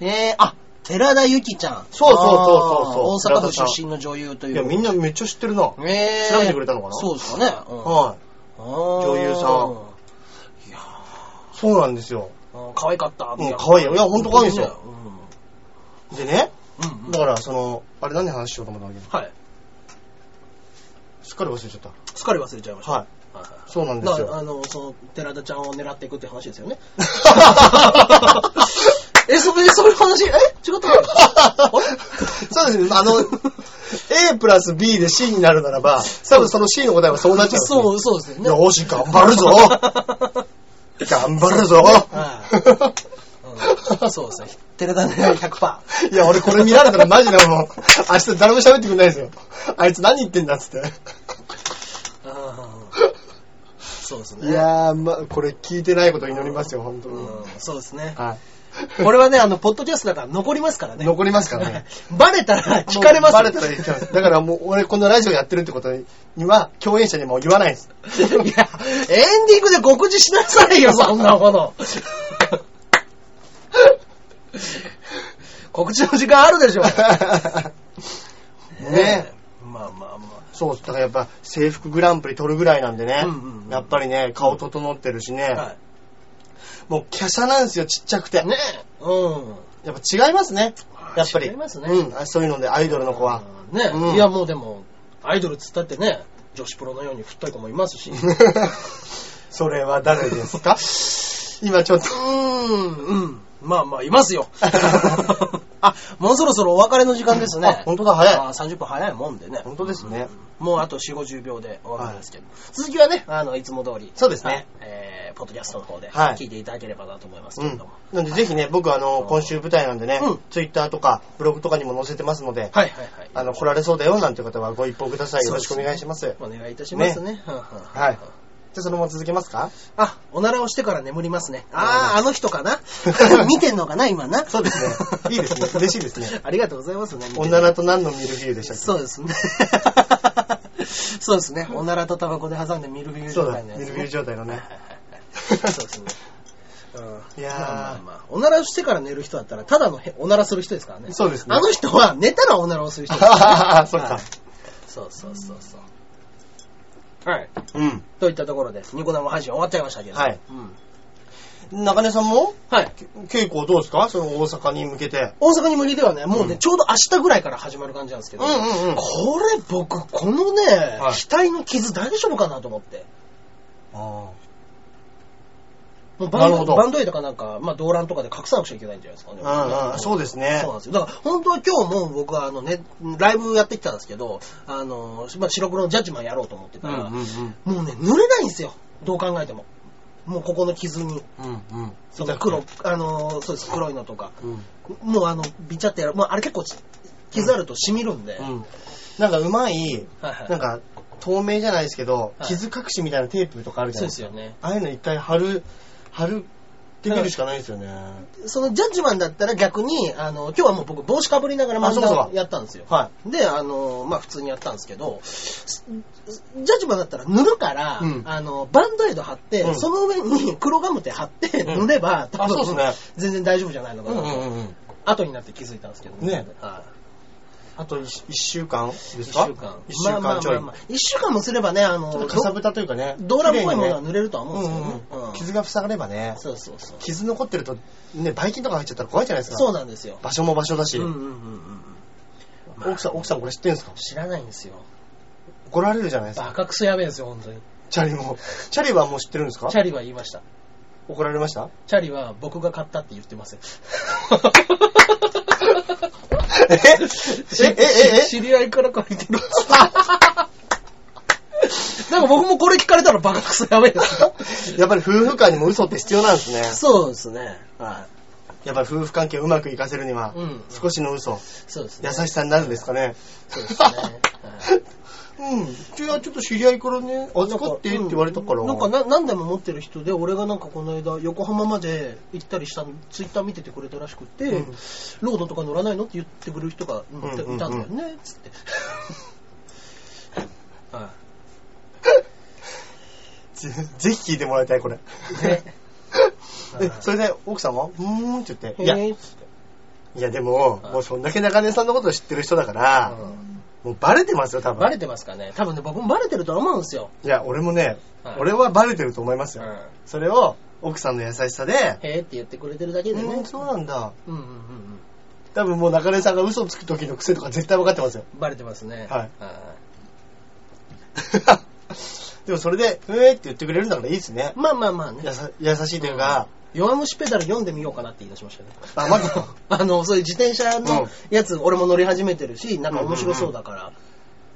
うん。えー、あ、寺田由紀ちゃん。そうそうそうそうそうあー大阪寺田府さん出身の女優とい。いうや、みんなめっちゃ知ってるな。えー、調べてくれたのかなそうですかね。うんはい。女優さん。そうなんですうよ。ん可愛かった。うん可愛いよいやほんと可愛いですようん。でね、うんうんだから、その、あれ何で話しようと思ったわけはい。すっかり忘れちゃっ。すっかり忘れちゃいましたた。はい。はいはいそうなんですよだからあの、その、寺田ちゃんを狙っていくって話ですよね。 <laughs> え、それ、そういう話、え違ったあれ <laughs> そうですね。あの、A プラス B で C になるならば、多分その C の答えはそうなっちゃう。 <laughs> そう、そうですよね。よし、頑張るぞ頑張るぞは <laughs> うんそうですね。テレダネ100%。いや、俺これ見られたらマジでもう、あいつ誰も喋ってくれないですよ。あいつ何言ってんだっつって。うんそうですね。いやー、ま、これ聞いてないこと祈りますよ、本当うに。ん、そうですね。はい。これはね、あの、ポッドキャストだから残りますからね。残りますからね。 <laughs> バレたら聞かれますもうバレたら聞かれます。だからもう、俺このラジオやってるってことには、共演者にも言わないです。いや、エンディングで告知しなさいよ、 <laughs> そんなもの。告知の時間あるでしょ。ねえ。まあまあまそう、だからやっぱ制服グランプリ取るぐらいなんでね、うんうんうんやっぱりね、顔整ってるしね、あ。はもう華奢なんですよ、ちっちゃくて。い。ねえ。うん。やっぱ違いますね、やっぱり。違いますねうん、あそういうので、アイドルの子は。ねえ、うんいやもうでも、アイドルっつったってね、女子プロのように太い子もいますし。う <laughs> それは誰ですか <laughs> 今ちょっと。ーん、うん。まあまあ、います <laughs> よ。あ、もうそろそろお別れの時間ですねあ。本当だ早いあー30分早いもんでね。本当ですね。もうあと4、50秒で終わるんですけど、続きはね、あの、いつも通り、そうですねはいえー、ポッドキャストの方で、はい聞いていただければなと思いますうけれんども。。なんでぜひね、僕あの、今週舞台なんでね、うんツイッターとかブログとかにも載せてますので、はいはいはい。あの、来られそうだよなんて方はご一報ください。よろしくお願いします。お願いいたしますね。ははいじゃあそのまま続けますかあ、おならをしてから眠りますね。ああ、あの人か <laughs> な見てんのかな、今な。そうですねいいで <laughs> すね嬉しいですね。ありがとうございますね。見て女らと何のミルフィーユでしたっけそうですね。 <laughs> そうですね。おならとタバコで挟んでミルフィーユそう状だ、態のミやルつ、フね。ィーユ状態のね。そうですね。うんいやーまあまあまあおならしてから寝る人だったら、ただのへおならする人ですからね。そうですねあの人は寝たらおならをする人ですああ、そっはかい。そうそうそうそう。はい。うん。といったところです。ニコ生配信終わっちゃいましたけど。はいうん。中根さんもはい。稽古どうですかその大阪に向けて。大阪に向けてはね、もうね、うんちょうど明日ぐらいから始まる感じなんですけど、うんうんうんこれ僕、このね、はい額の傷大丈夫かなと思って。あもうバなンるドほどバンドエイとかなんか、まあ、動乱とかで隠さなくちゃいけないんじゃないですかね。うんうんそうですねそうなんですよ。だから、本当は今日も僕は、あのね、ライブやってきたんですけど、あの、まあ、白黒のジャッジマンやろうと思ってたら、うんうんもうね、濡れないんですよ。どう考えても。もうここの傷に、うんうん。その黒、あの、そうです、黒いのとか。うん。もうあの、ビチャってやる。もうあれ結構ち、傷あると染みるんで。うん。なんかうまい、はいはいなんか透明じゃないですけど、はい傷隠しみたいなテープとかあるじゃそうないですよですか。ね。ああいうの一回貼る、貼る、できるしかないですよね。はそのジャッジマンだったら逆に、あの、今日はもう僕帽子かぶりながらあ漫そうかそうか画やったんですよ。い。で、あの、まあ、普通にやったんですけど、すジャッジマンだったら塗るから、うんあの、バンドエイド貼って、うんその上に黒ガムテ貼って <laughs> うん塗れば、あそうですね全然大丈夫じゃないのかなと。うんうんうん後になって気づいたんですけどねはあと 1, 週間ですい。一か週間。一週まあま間あちまょあい。まあ。一週間もすればね、あちょっの、とかさぶたというかね。ドーラっぽいものは綺濡れるとは思うんで麗すにけねどね。うんううんん傷が塞がればね、そうそうそう。傷残ってると、ね、ばい菌とか入っちゃったら怖いじゃないですか。そうなんですよ。場所も場所だし。うんうんうんうん。まあ奥さん、奥さんこれ知ってるんですか知らないんですよ。怒られるじゃないですか。バカクソやべえですよ、本当に。チャリも。チャリはもう知ってるんですかチャリは言いました。怒られましたチャリは僕が買ったって言ってません。ええええ知り合いから借りてる。なんか僕もこれ聞かれたらバカクソやべえですよ。やっぱり夫婦間にも嘘って必要なんですね。そうですね。はやっぱり夫婦関係をうまくいかせるには、い。うん。少しの嘘、そうですね。優しさになるんですかね。そうですね。はいうん。じゃあちょっと知り合いからね、預かってって言われたから。なんかな何でも持ってる人で、俺がなんかこの間横浜まで行ったりしたの、ツイッター見ててくれたらしくて、うんロードとか乗らないのって言ってくれる人がいた,、うんん、だよね、つ <laughs> って。はぜぜひ聞いてもらいたい、これ。い。ね。えそれで、奥さんはうーんって言って、いや、いへーっつってやでも、はいもうそんだけ中根さんのことを知ってる人だから、もうバレてますよ、多バ分。レてますかね多分ね、僕もバレてると思うんですよ。いや、俺もね、はい俺はバレてると思いますうん、よ。へそれを、奥さんの優しさで、えって言ってくれてるだけうでね。ん、そうなんだ。うんうんうん多分もう中根さんが嘘つく時の癖とか絶対分かって <laughs> ますよ。うん。バレてますね。はいはでもそれで、うえーって言ってくれるんだからいいですねい。。まあまあまあねや。さ優しいというか、弱虫ペダル読んでみようかなって言い出しましたね。あ、まず、 <laughs> あの、そういう自転車うんのやつ、俺も乗り始めてるし、なんか面白そうだから、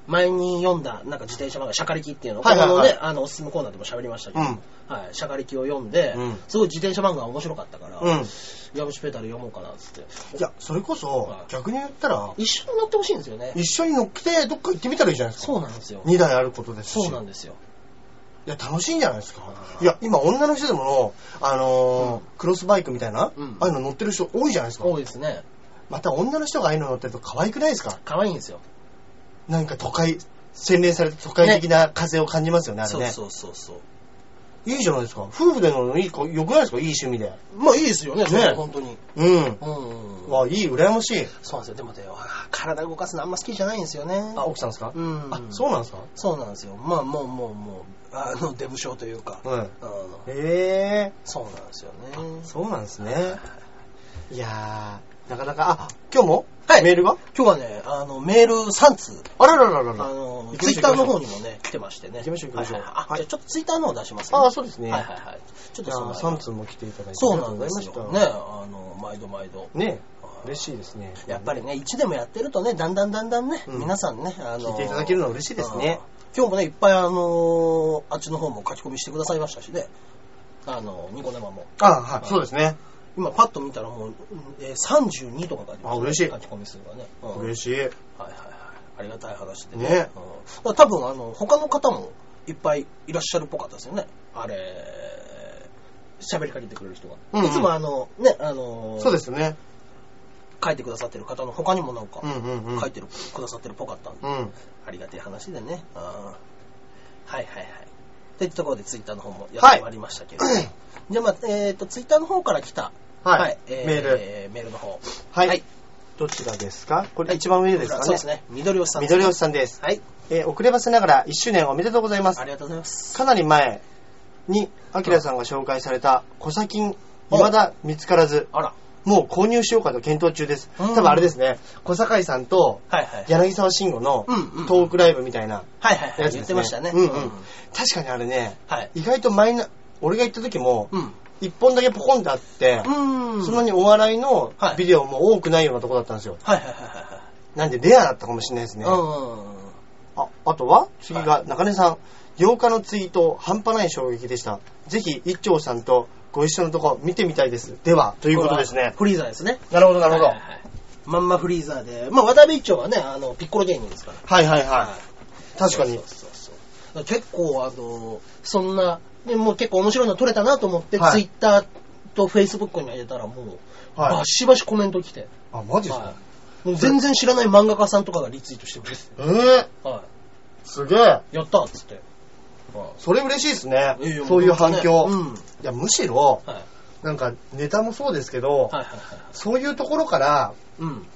前に読んだ、なんか自転車漫画、シャカリキっていうの、はいはいはいここのね、あの、おすすめコーナーでも喋りましたけうど、ん、はい、シャカリキを読んで、うんすごい自転車漫画が面白かったから、うん。ヤムシペダル読もうかなっつって、いや、それこそは、い逆に言ったら、一緒に乗ってほしいんですよね。一緒に乗ってどっか行ってみたらいいじゃないですか。そうなんですよ。 2台あることですし。そうなんですよ。いや、楽しいんじゃないですかあ。ーいや、今、女の人でも、あのーうんクロスバイクみたいな、うんああいうの乗ってる人多いじゃないですか。多いですね。また、女の人がああいうの乗ってると可愛くないですか可愛いんですよ。なんか都会、洗練された都会的な風を感じますよね、あれそうね。そうそうそう。いいじゃないですか。夫婦で乗るのいい子、良くないですかいい趣味で。まあいいですよね、ね本当に。うん。うんうんうん。わ、いい、羨ましい。そうなんですよ。でもね、体動かすのあんま好きじゃないんですよね。あ、奥さんですか、うん。あ、そうなんですかそうなんですよ。まあ、もう、もう、もう、あの、デブ症というか、うん。あのへえそうなんですよね。そうなんですね。いやー、なかなか、あ、今日もメールが今日はね、あの、メール3通、あららららあら。の行、きツましょうイッターの方にもね、来てましてね。行きましょう行きましょうはいはいはいあ、はいじゃあちょっとツイッターの方出しますあー、そうですね。はいはいはい。ちょっじとゃそあ、の3通も来ていただいてそあうりがなとうんござでいますした。よ。ね、あの、毎度毎度。ねはい嬉しいですね。やっぱりね、1でもやってるとね、だんだんだんだんね、うん皆さんね、あの聞いていただけるのは嬉しいですね。あー今日もね、いっぱいあのーあっちの方も書き込みしてくださいましたしね、あの、ニコ生も。あ、はい、そうですね。今パッと見たらもう、うんえー32とか書いてますあ嬉しい書き込み数がね。うんはい嬉しい。はいはい。ありがたい話でねうん、だから多分、あの、他の方もいっぱいいらっしゃるっぽかったですよね。あれ、喋りかけてくれる人が。うんうんいつもあの、ね、あのーそうですね。書いてくださってる方の他にもなんかう、んうんうん。書いてる、くださってるっぽかったんで、うん。ありがたい話でね。うんはいはいはい。というところでツイッターの方もやってまいりましたけど、 <clears throat> じゃあまあ、えっ、と、ツイッターの方から来た、はい。えメール。ル。メールの方。はい。どちらですかこれ一番上ですかね。そうですね。緑吉さんですね。緑吉さんです。はい。えー遅ればせながら1周年おめでとうございますあ。りがとうございます。かなり前に、アキラさんが紹介されたコサキン、お未だ見つからず、あら。もう購入しようかと検討中です。うん多分あれですね、小堺さんとはいはい。柳沢慎吾のうんうんトークライブみたいなはいはいはい、やつですね。言ってましたね。うんうん。確かにあれね、はい。意外とマイナ、俺が行った時も、うん。一本だけポコンってあって、うん。そんなにお笑いのはいビデオも多くないようなとこだったんですよ。はいはいはいはいはい。なんでレアだったかもしれないですね。うん。あ、あとは次が中根さん。8日のツイート、半端ない衝撃でした。ぜひ、一丁さんとご一緒のとこ見てみたいです。では、とということですね。フリーザーですね。なるほど、なるほど。はいはいはいまんまフリーザーで、まあ渡辺一丁はね、あの、ピッコロ芸人ですから。はいはいはい。確かにそう。そうそうそう結構、あの、そんな、でもう結構面白いの撮れたなと思って、はいツイッターとフェイスブックに上げたらもう、はバシバシコメント来て。い。あ、マジですはかいもう全然知らない漫画家さんとかがリツイートしてくれて、えー、はすげえ。い、やったっつって。はそれ嬉しいですねいいや。そういう反響。うん。いや、むしろ、はい。なんかネタもそうですけど、はいはいはい。そういうところからうん。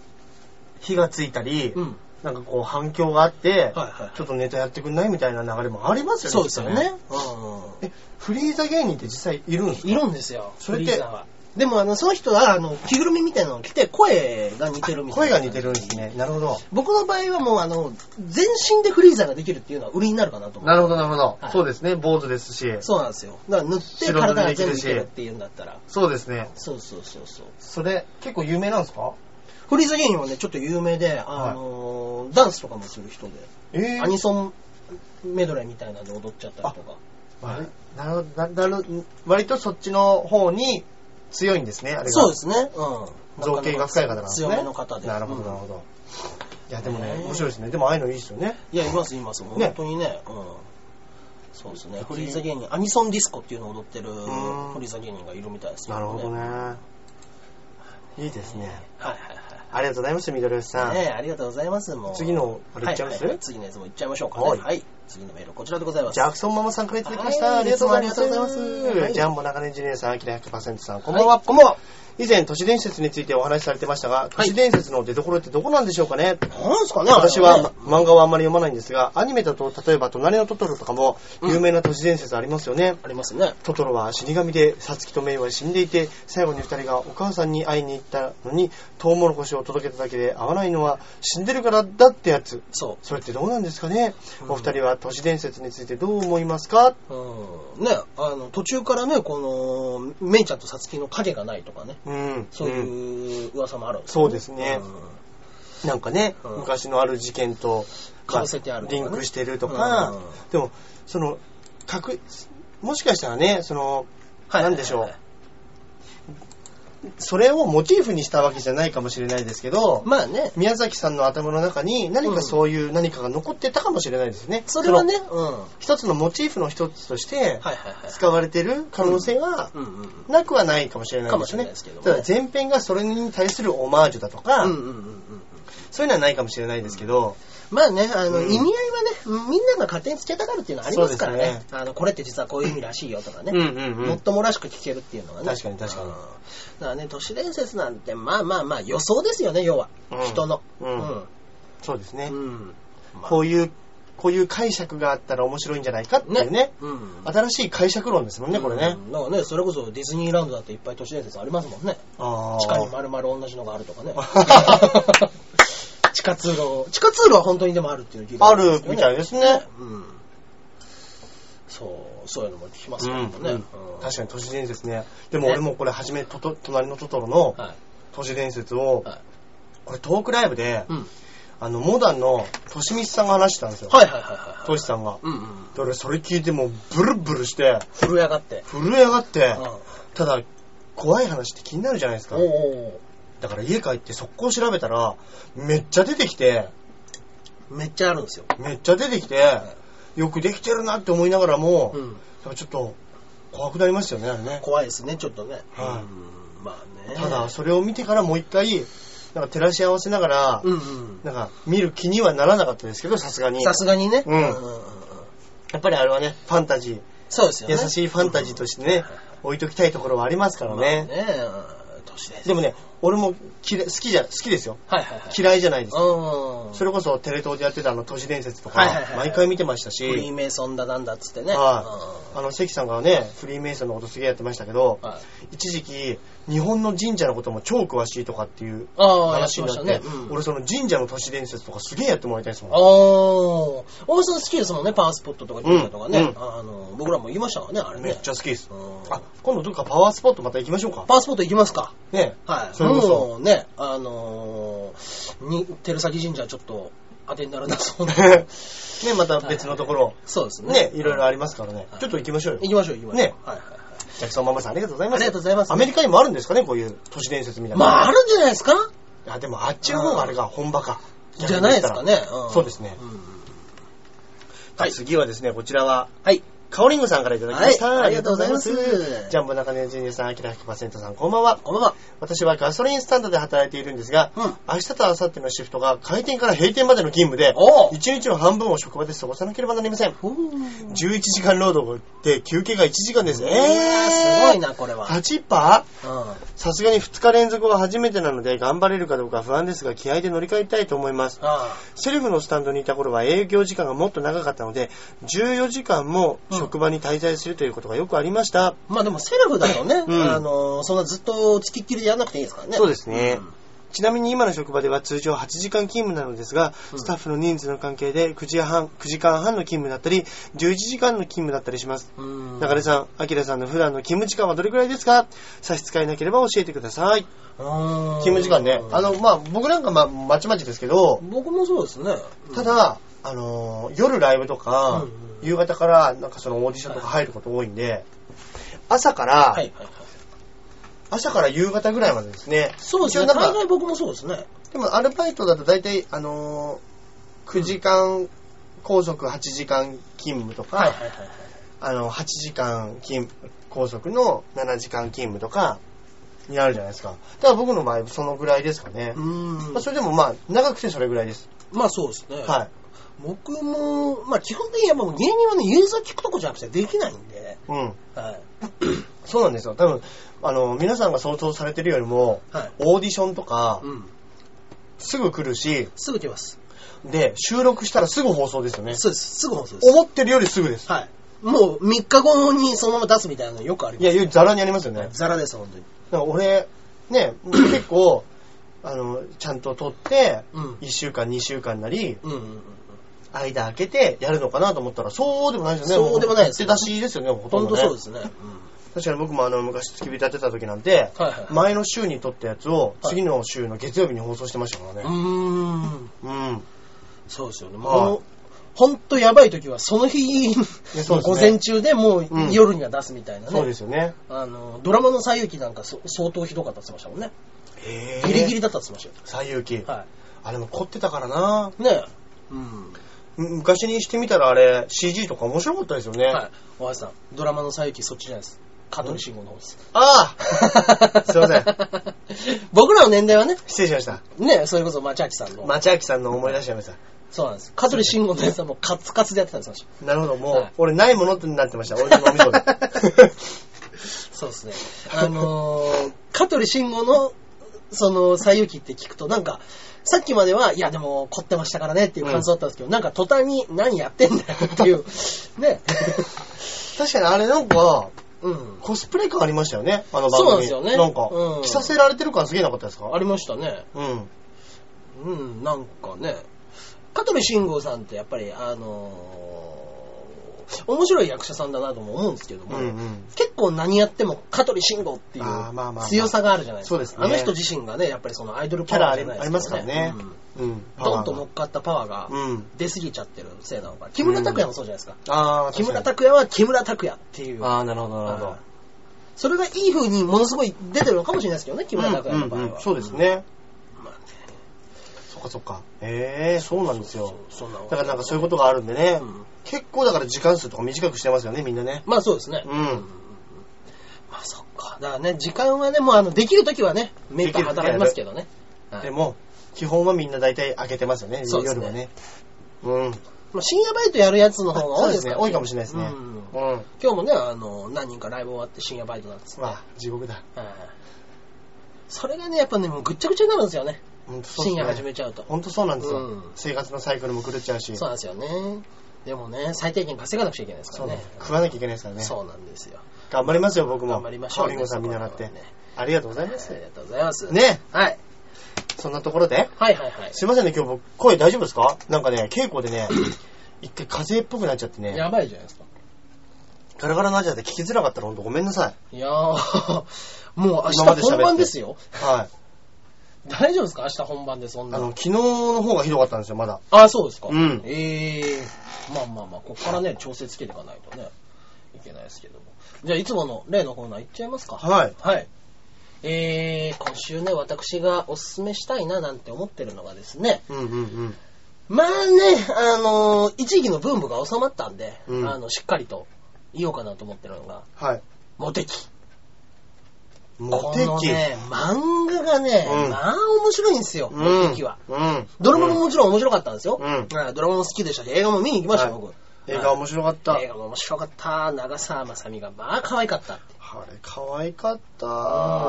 火がついたり、うん。なんかこう反響があって、はいはいちょっとネタやってくんないみたいな流れもありますよね。そうですよきっねと。うえ、フリーザ芸人って実際いるんですん。かいるんですよ。それっフてリーザは。でも、あの、その人は、あの、着ぐるみみたいなのを着て、声が似てるみたい声な。が似てるんですね。なるほど。僕の場合はもう、あの、全身でフリーザができるっていうのは売りになるかなと思う。なるほど、なるほど。はいそうですね。坊主ですし。そうなんですよ。だから塗って白塗り体ができ全部るいしけるっていうんだったら。そうですね。そうそうそうそう。それ、結構有名なんですかフリーザ芸人はね、ちょっと有名で、あの、ダンスとかもする人で、ええアニソンメドレーみたいなので踊っちゃったりとか。なるほど、ななる割とそっちの方に強いんですね、あれが。そうですね。うん。造形が深い方なんですね。強めの方で。なるほど、うんなるほど。いや、でもね、ね面白いですね。でも、ああいうのいいですよね。いや、います、います。ね本当にね。うん。そうですね。フリーザ芸人、アニソンディスコっていうのを踊ってるんフリーザ芸人がいるみたいですけなるほどね。はいね。いいですね。はいありがとうございました、緑吉さはい。ん。ねえありがとうございます。もう次のあれいっちゃいますははは次のやつもいっちゃいましょうかはいね。はい。次のメール、こちらでございます。ジャクソンママさんからいただきましはた。いありがとうございます。いつもありがとうございますはいジャンボ中根ジュニアさん、アキラ100%さん、ここんんばばんんは。は、こんばんは。以前、都市伝説についてお話しされてましたが、都市伝説の出所ってどこなんでしょうかねなんですかね、私あれはま漫画はあんまり読まないんですが、アニメだと、例えば、隣のトトロとかも、うん有名な都市伝説ありますよね。ありますね。トトロは死神で、サツキとメイは死んでいて、最後に二人がお母さんに会いに行ったのに、トウモロコシを届けただけで会わないのは死んでるからだってやつ。そそれってどうなんですかね、うんお二人は都市伝説についてどう思いますかう。うん。ね、あの、途中からね、この、メイちゃんとサツキの影がないとかね。うん。そううんいう噂もあるんそうですねうんなんかね、うん昔のある事件と、かぶせてあるとかリねンクしてるとか、うんでも、その、かく、もしかしたらね、その、はいなんでしょうそれをモチーフにしたわけじゃないかもしれないですけど、まあね、宮崎さんの頭の中に何うかんそういう何かが残ってたかもしれないですね。それはね、のうん。は一つのモチーフの一つとしていはいはい。使われてる可能性はうんうんうん。なくはないかもしれないですかもしれね。ないですけどもねただ前編がそれに対するオマージュだとか、うんうんうんうんそういうのはないかもしれないですけど、まあね、あの、うん意味合いはね、みんなが勝手につけたがるっていうのはありますからそうね。ですあの、これって実はこういう意味らしいよとかね。うんうんうんもっともらしく聞けるっていうのがね。確かに確かにうんだからね、都市伝説なんて、まあまあまあ予想ですよね、要は。うん人の。うんうん。そうですね。うん。まあこういう、こういう解釈があったら面白いんじゃないかっていうね。うん。新しい解釈論ですもんね、これね。うん。なんかね、それこそディズニーランドだっていっぱい都市伝説ありますもんね。あー地下に丸々同じのがあると <laughs> かね。地下通路、地下通路は本当にでもあるっていう聞いたことですけどあるみたいですね。うん。そう、そういうのも聞きますうけどんもね。うん確かに都市伝説ね。でもね俺もこれ初め、とと隣のトトロのはい。都市伝説を、はい。これトークライブで、うん。あの、モダンのとしみさんが話してたんですよ。はいはいはいはい。としさんが。うんうん。で俺それ聞いてもうブルブルして、震え上がって。震え上がってう、ん。ただ、怖い話って気になるじゃないですかお。おだから家帰って速攻調べたら、めっちゃ出てきて、ーめっちゃあるんですよ。めっちゃ出てきて、よくできてるなって思いながらも、うん。やっぱちょっと怖くなりましたよね、あれね。怖いですね、ちょっとね。はいうん。まあね。ただ、それを見てからもう一回、なんか照らし合わせながら、うんうん。なんか見る気にはならなかったですけど、さすがに。さすがにね。うんうんうん。やっぱりあれはね、ファンタジー、そうですよね。優しいファンタジーとしてうんね、置いときたいところはありますからね。まあねうん都市伝説。でもね、俺もきれ好きじゃ、好きですよ。はいはいはい。嫌いじゃないです。うん。それこそテレ東でやってたあの都市伝説とはいはいかは、い毎回見てましたフリーし、メイソンだなんだっつってね。はうんあの関さんがね、フリーメイソンのことすげえやってましたけど、はい一時期、日本の神社のことも超詳しいとかっていうああ、やっ話てにましなたってね。、うん俺その神社の都市伝説とかすげえやってもらいたいですもんあ。あ、大さん好きですもんね、パワースポットとか神社とかね。うんうんあの、僕らも言いましたからね、あれね。めっちゃ好きですう。んあ、今度どっかパワースポットまた行きましょうか。パワースポット行きますかねはい。それこそもうね、あのー、に、照崎神社ちょっと当てにならなそうな。 <laughs> ねまた別のところ、そうですね。ね、いろいろありますからねは。いちょっと行きましょうよ行。きましょう、行きましょう。ねはいはいはい。ジャクソンママさんありがとうございます。ありがとうございますアメリカにもあるんですかね、こういう都市伝説みたいな。まあ、あるんじゃないですかあ。でもあっちの方があれが本場か。じゃないですかね。そうですねうんはい、次はですね、こちらは、はい。カオリングさんからいただきました。はいありがとうございますありがとうございまジャンボ中根ジュニアさん、アキラ100%さん、こんばんは。こんばんは。私はガソリンスタンドで働いているんですが、うん明日と明後日のシフトが開店から閉店までの勤務で、おう1日の半分を職場で過ごさなければなりません。ふー11時間労働で休憩が1時間です。えー、すごいな、これは。 8%パーうん。さすがに2日連続は初めてなので頑張れるかどうか不安ですが気合で乗り換えたいと思います。あセルフのスタンドにいた頃は営業時間がもっと長かったので、14時間も職場に滞在するということがよくありました。あまあでもセルフだとね、うんあの、そんなずっとつきっきりでやんなくていいですからね。そうですねんちなみに今の職場では通常8時間勤務なのですが、うんスタッフの人数の関係で9時半、9時間半の勤務だったり、11時間の勤務だったりします。うん。中根さん、アキラさんの普段の勤務時間はどれくらいですか差し支えなければ教えてください。勤あの、まあ、僕なんかまあ、まちまちですけど、僕もそうですね。ただ、あのー夜ライブとうんか、うん夕方からなんかそのオーディションとか入ること多いんで、朝から、はいはいはい。朝から夕方ぐらいまでですね。そうですね。一応な大んか概僕もそうですね。でもアルバイトだと大体、あのー9時間拘束8時間勤務とか、はいはいはい。あの、8時間勤拘束の7時間勤務とか、になるじゃないですか。だから僕の場合、そのぐらいですかね。うんまあ、それでもまあ、長くてそれぐらいです。まあそうですね。はい。僕も、まあ基本的にはもう芸人はね、融通聞くとこじゃなくてできないんで。うん。はい。そうなんですよ。多分、あの、皆さんが想像されてるよりも、はい。オーディションとか、うん。すぐ来るし、すぐ来ます。で、収録したらすぐ放送ですよね。そうです。すぐ放送です。思ってるよりすぐです。はい。もう3日後にそのまま出すみたいなのよくありいまや、いうざらにありますよねす。。ザラです、本当に。だから俺、ね、結構、あの、ちゃんと撮って、うん1週間、2週間なり、うんうんうんうん。間空けてやるのかなと思ったら、そうでもないですよね。そうでもないです手出しですよね、ほとほんんど、とね。そうですね。うん確かに僕もあの、昔付き人やってた時なんて、はいはいはい。前の週に撮ったやつを、はい次の週の月曜日に放送してましたからうね。ーん。うん。そうですよね。はいもう、ほんとやばい時は、その日、そうですね午前中でもううん夜には出すみたいなね。そうですよね。あの、ドラマの最有機なんかそ相当ひどかったって言ってましたもんね。へギリギリ。リだったって言ってまし最有機。たよ。は。あれも凝ってたからないねえ。うん。む昔にしてみたらあれ、CG とか面白かったですよね。はい。おはさん、ドラマの最有機そっちじゃないです。香取慎吾の方です。ああ <laughs> すいません。 <laughs> 僕らの年代はね、失礼しました。ね、それこそ、まちあきさんの。町明さんの思い出しちゃいました。そうなんです。香取慎吾のやつはもうカツカツでやってたんですよ。なるほど、もう、はい俺ないものってなってました。俺のお味噌で。 <laughs> そうですね。あのー、 <laughs> 香取慎吾の、その、西遊記って聞くと、なんか、さっきまでは、いや、でも、凝ってましたからねっていう感想だったんですけど、なんか、途端に、何やってんだよって <laughs> いう、ね。確かにあれなんか、うん。コスプレ感ありましたよね、あの番組。そうなんですよねなんか、うん着させられてる感すげえなかったですかありましたね。うん。うん、なんかね。香取慎吾さんって、やっぱり、あのー、面白い役者さんだなとも思うんですけどうも、んうん。結構何やっても香取慎吾っていあーまあまあうまあ強さがあるじゃないですか。そうですねあの人自身がね、やっぱりそのアイドルパワーじゃないですか、ね。キャラありありますからねうんうん。パドンワーがと乗っかったパワーがうん。出過ぎちゃってるせいなのか。木村拓哉もそうじゃないですか。ああ、木村確拓哉は木村拓哉っていかうに。。ああ、なるほど、なるほはどい。それがいい風にものすごい出てるのかもしれないですけどね、木村拓哉の場合は。うんうんうんそうですね。うん。まあねそっかそっか。へえ、そうなんですよ。そうそうそんなだからなんかそういうことがあるんでねう。ん結構だから時間数とか短くしてますよね、みんなね。まあそうですね。うんまあそっか。だからね、時間はね、もうあの、できるときはね、目いっぱい働きますけどね。はいでも、基本はみんな大体開けてますよね、そうです夜ねはね。うん。まあ深夜バイトやるやつの方が多いですから多いかもしれないですね。うんうん。今日もね、あの、何人かライブ終わって深夜バイトなんです。まあ、地獄だ。はいそれがね、やっぱね、もうぐっちゃぐちゃになるんですよね。ほんとそう深ですね夜始めちゃうと。ほんとそうなんですよ、うん生活のサイクルも狂っちゃうし。そうなんですよね。でもね、最低限稼がなくちゃいけないですかそうらねね。。食わなきゃいけないですからね。そうなんですよ。頑張りますよ、僕も。頑張りましょう、カオリンゴさん見習って、そこはねありがとうござはいいまあす。りがとうございます。ね。はい。そんなところで。はいはいはい。すいませんね、今日僕、声大丈夫ですかなんかね、稽古 <clears throat> でね、一回風邪っぽくなっちゃってね、やばいじゃないですか。ガラガラになっちゃって聞きづらかったらほんとごめんなさい。いや <laughs> ー、もう明今ま日で喋って本番ですよ。はい。 <laughs> 大丈夫ですか明日本番でそんあなの、の。昨日の方がひどかったんですよ、まだ。あ、そうですか。うんええまあまあまあ、こっからね、調整つけていかないとね、いけないですけども。じゃあ、いつもの例のコーナーいっちゃいますか。はい。はい。えー、今週ね、私がおすすめしたいななんて思ってるのがですね、うんうんうん。まあね、あのー一時期のブームが収まったんで、うんあの、しっかりと、言おうかなと思ってるのが、はい。モテキ。モこのテ期。ね、漫画がね、うんまあ面白いんですよ、モテキは。うん。ドラマももちろん面白かったんですよ。うんはいドラマも好きでしたし、映画も見に行きましたよ、はい僕。映画面白かった。映画も面白かった。長澤まさみが、まあ可愛かった。あれ、可愛かった。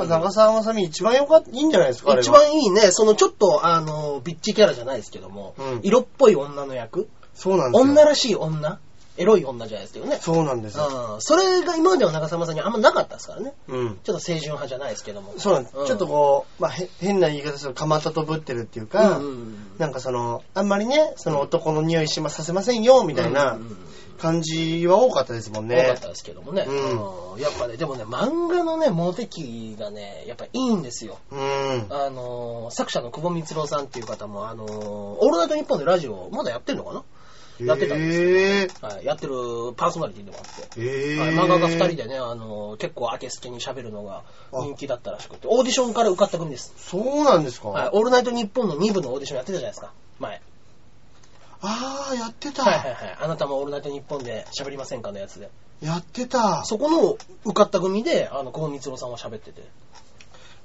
うん長澤まさみ一番良かった、いいんじゃないですか、あれは一番いいね、そのちょっと、あの、ビッチキャラじゃないですけども、うん色っぽい女の役、そうなんですよ。女らしい女、エロい女じゃないですけどね。そうなんですよ。うん、それが今までは長澤まさんにあんまなかったですからね。うん。ちょっと清純派じゃないですけども。そうなんです。うんちょっとこう、まあ、へ変な言い方すると、かまたとぶってるっていううんか、うんうんなんかその、あんまりね、その男の匂いしまさせませんよ、みたいなうんうんうん感じは多かったですもん多かねっ。たですけどもね、うんうんやっぱね、でもね、漫画のね、モテ期がね、やっぱいいんですよ。うん。あのー作者の久保光郎さんっていう方も、あのーオールナイトニッポンでラジオ、まだやってんのかやってたんですな、はい、やってるパーソナリティでもあって。えー、えー。はい漫画家二人でね、あのー結構明けすけに喋るのが人気だったらしくて、オーディションから受かった組です。そうなんですか、はい、オールナイトニッポンの2部のオーディションやってたじゃないですか、前。あー、やってた。はいはいはい。あなたもオールナイトニッポンで喋りませんかのやつで。やってた。そこの受かった組で、あの、久保光郎さんは喋ってて。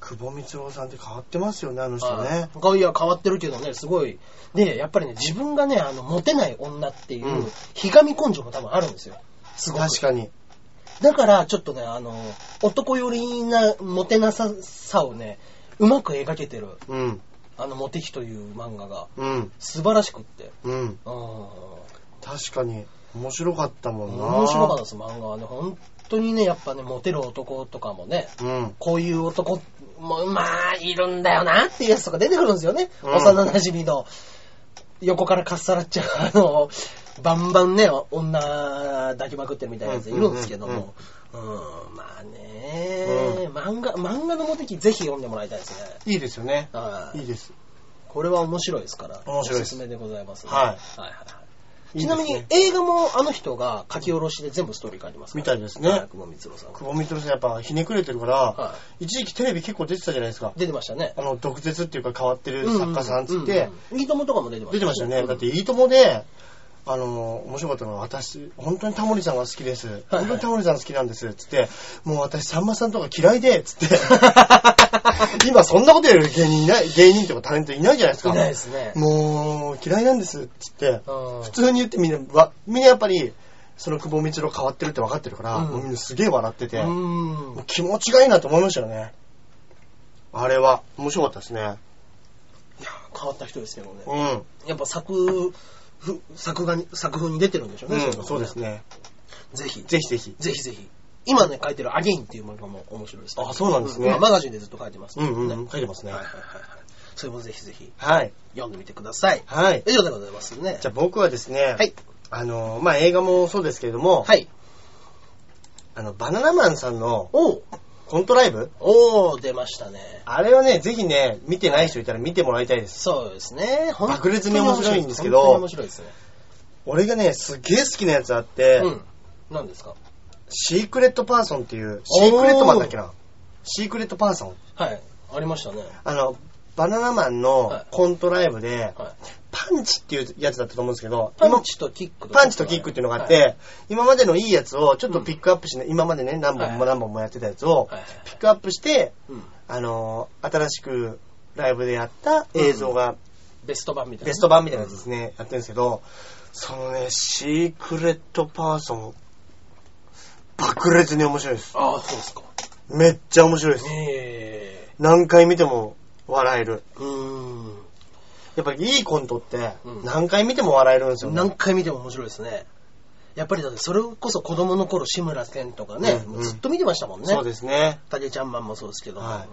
久保光郎さんって変わってますよね、あの人ね。、はいいや、変わってるけどね、すごい。で、やっぱりね、自分がね、あの、モテない女っていううんひがみ根性も多分あるんですよ。すごく。確かに。だから、ちょっとね、あの、男寄りな、モテなささをね、うまく描けてる、うん。あの、モテキという漫画が、うん。素晴らしくって。うん。うん。確かに。面白かったもんな。面白かったです、漫画はね。本当にね、やっぱね、モテる男とかもね、うん。こういう男も、まあ、いるんだよなっていうやつとか出てくるんですよね。うん幼馴染の、横からかっさらっちゃう、あの、バンバンね、女抱きまくってるみたいなやついるんですけども。うん、まあね、漫画、漫画のモテキぜひ読んでもらいたいですね。いいですよね。はいいいです。これは面白いですから、面白おいですすすめでございます、はいはいはいはいいいですねちなみに映画もあの人が書き下ろしで全部ストーリー書いてますからみたいですねはい久保光郎さんが久保光郎さんやっぱひねくれてるから、は一時期テレビ結構出てたじゃないですか。出てましたねあ。の、毒舌っていうか変わってる作家さんっつうんうって、んうんうん、いいともとかも出てました出てましたよね。だって、うんいいともで、あの、面白かったのは、私、本当にタモリさんが好きです。はい本当にタモリさん好きなんです。つって、もう私、さんまさんとか嫌いで、つって。 <laughs> 今、そんなことやる芸人いない、芸人とかタレントいないじゃないですか。いないですね。もう、嫌いなんです。つって。うん普通に言ってみんな、わみんなやっぱり、その久保光郎変わってるって分かってるから、うんもうみんなすげえ笑ってて、もう。うん気持ちがいいなと思いましたよね。あれは、面白かったですね。変わった人ですけどね。うん。やっぱ作、ふ作画に、作風に出てるんでしょうね。いのうもん、そうです。ね。ぜひ、ぜぜひぜひ。ひぜひ。今ね、書いてるアゲインっていう漫画も面白いです、あそうなんですねまあマガジンでずっと書いてますけどね、うんうん書いてますねはいはいはいはい。それもぜひぜひはい。読んでみてください。はい。以上でございますね。じゃあ僕はですね、はい。あの、まあ、映画もそうですけれども、はい。あの、バナナマンさんのおうコントライブ、おー、出ましたね。あれはね、ぜひね、見てない人いたら見てもらいたいです。そうですね。本当爆裂に面白いんですけど本当に面白いですね。俺がね、すげえ好きなやつあって、うん。何ですかシークレットパーソンっていう、シークレットマンだっけなシークレットパーソン。はい。ありましたね。あの、バナナマンのコントライブで、はパンチっていうやつだったと思うんですけど、い。パンチとキック今パンチとキックっていうのがあって、はい今までのいいやつをちょっとピックアップして、今までね、何本もは何本もやってたやつをはいはいはい、ピックアップして、うんあのー新しくライブでやった映像がベスト版みたいな。ベスト版みたいなやつですね、やってるんですけど、そのね、シークレットパーソン、爆裂に面白いです。ああ、そうですか。めっちゃ面白いです。ええ何回見ても笑える。うーん。やっぱいいコントってうん何回見ても笑えるんですよ、ね。何回見ても面白いですね。やっぱりだってそれこそ子供の頃志村けんとかね、うんうんずっと見てましたもんね。そうですね。たけちゃんマンもそうですけども。はい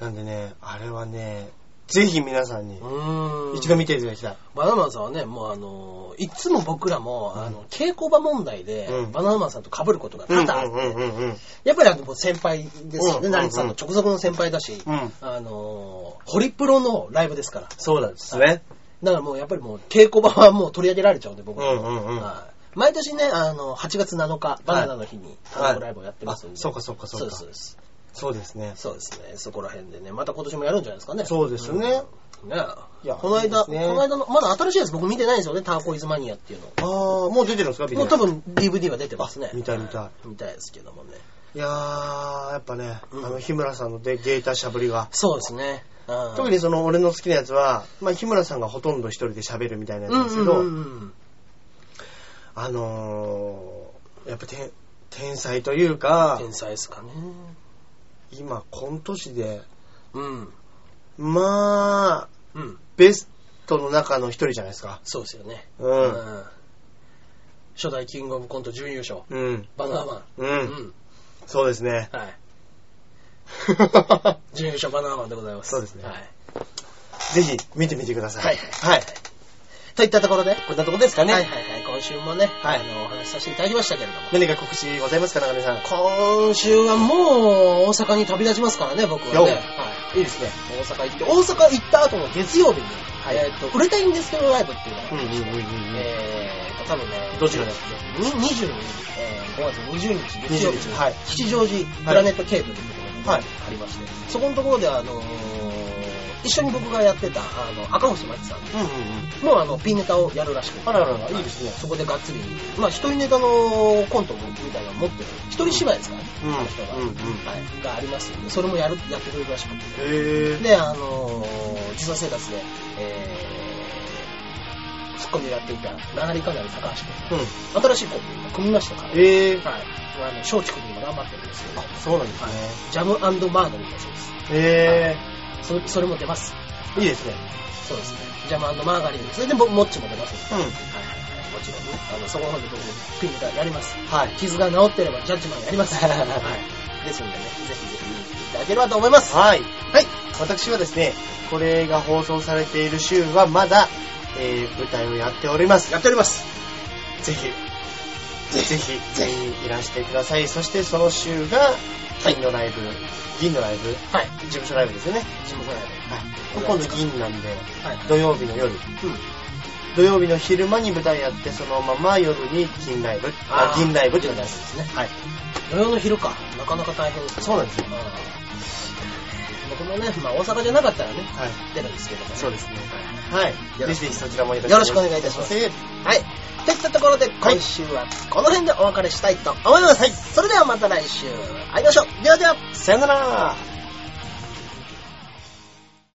なんでね、あれはね、ぜひ皆さんにうーん。一度見ていただきたい。バナナマンさんはね、もうあのーいつも僕らも、あの、稽古場問題で、うんバナナマンさんと被ることが多々あって、うんうんうんうん。やっぱりあの、先輩ですようんね、うんうん成田さんの直属の先輩だし、うんあのーホリプロのライブですから。そうなんですね。だからもうやっぱりもう稽古場はもう取り上げられちゃうんで、僕うは。んうんうん。はい毎年ね、あの、8月7日、バナナの日に、単独ライブをやってますんで。あそうかそうかそうかですそうです。そうですね。そうですね。そこら辺でね、また今年もやるんじゃないですかね。そうですよねんですね。いやこの間、いいですねこの間の、まだ新しいやつ僕見てないんですよね、ターコイズマニアっていうの。ああ、もう出てるんですかビデオもう多分 DVD は出てますね。見たい見たい。見たいですけどもね。いやー、やっぱね、うんあの、日村さんのでゲータしゃぶりが。そうですね。うん特にその俺の好きなやつは、まあ、日村さんがほとんど一人で喋るみたいなやつうなんんでうすんけど、うんうん。あのー、やっぱ天天才というか、天才ですかね。今、コント師で、うん。まあ、うん。ベストの中の一人じゃないですか。そうですよね。う。うんん。初代キングオブコント準優勝。うん。バナナマン。うう。。ん。そうですね <laughs> はい。準優勝バナナマンでございます。そうですねはい。ぜひ見てみてください。はい。はい。といったところで、こんなとこですかね。はいはいはい、今週もね、はいあの、お話しさせていただきましたけれども。何か告知ございますか、中根さん。今週はもう大阪に旅立ちますからね、僕はよね。いいですね。大阪行って、大阪行った後の月曜日に、いえっ、と、売れたいんですけどライブっていうのが、うんうんうんうんうん。えーと、多分ね、どちらですか ?22、えー、5月20日月曜日20、はい吉祥寺プラネットケーブルっていうところにはいありまして、そこのところであのー一緒に僕がやってた、あの、赤星真紀さんうんうんうん。もうあの、ピンネタをやるらしくて。あらららいいですねそこでがっつり。まあ、一人ネタのコントもみたいなの持ってる。一人芝居ですからね。うんあの人が。うんうんはい。がありますんで、それもやる、やってくれるらしくて。へー。で、あのー、実生活で、えー、ツッコミをやっていた、流れかなり高橋う君。ん。新しいコンビ組みましたから。えー。はい。あの、松竹君にも頑張ってるんですけど、そうなんですはね。い。ジャムマードリーだそうです。へそそれも出ます。ー。いいですね。そうですね。ジャムマーガリン。それで僕、もっちも出ますんで。うん。はいはいはいもちろんね、あの、そこまで僕もピンがやります。はい。傷が治ってればジャッジマンやります。はい。ですんでね、ぜひぜひ見に来ていただければと思います。ははい。い。私はですね、これが放送されている週はまだ、えー、舞台をやっております。やっております。ぜひ、ぜひ、ぜひいらしてください。そしてその週が、銀のライブ、銀のライブ、はい。事務所ライブですよね。地元内で。はい。今度銀なんで、はい。土曜日の夜、うん。土曜日の昼間に舞台やって、そのまま夜に金ライブ、あ銀ライブっていこうとライブでで。すすね。はい。土曜の昼か。なかなか大変ですね。そうなんですよああ僕もね、まあ大阪じゃなかったらね、はい。出るんですけどね。そうですねははい。よぜろひしくぜひそちらもよよろしくお願いいたしますお願いい。はい。といったところで、今週はこの辺でお別れしたいと思います。はい。それではまた来週会いましょう。ではでは。します。さよなら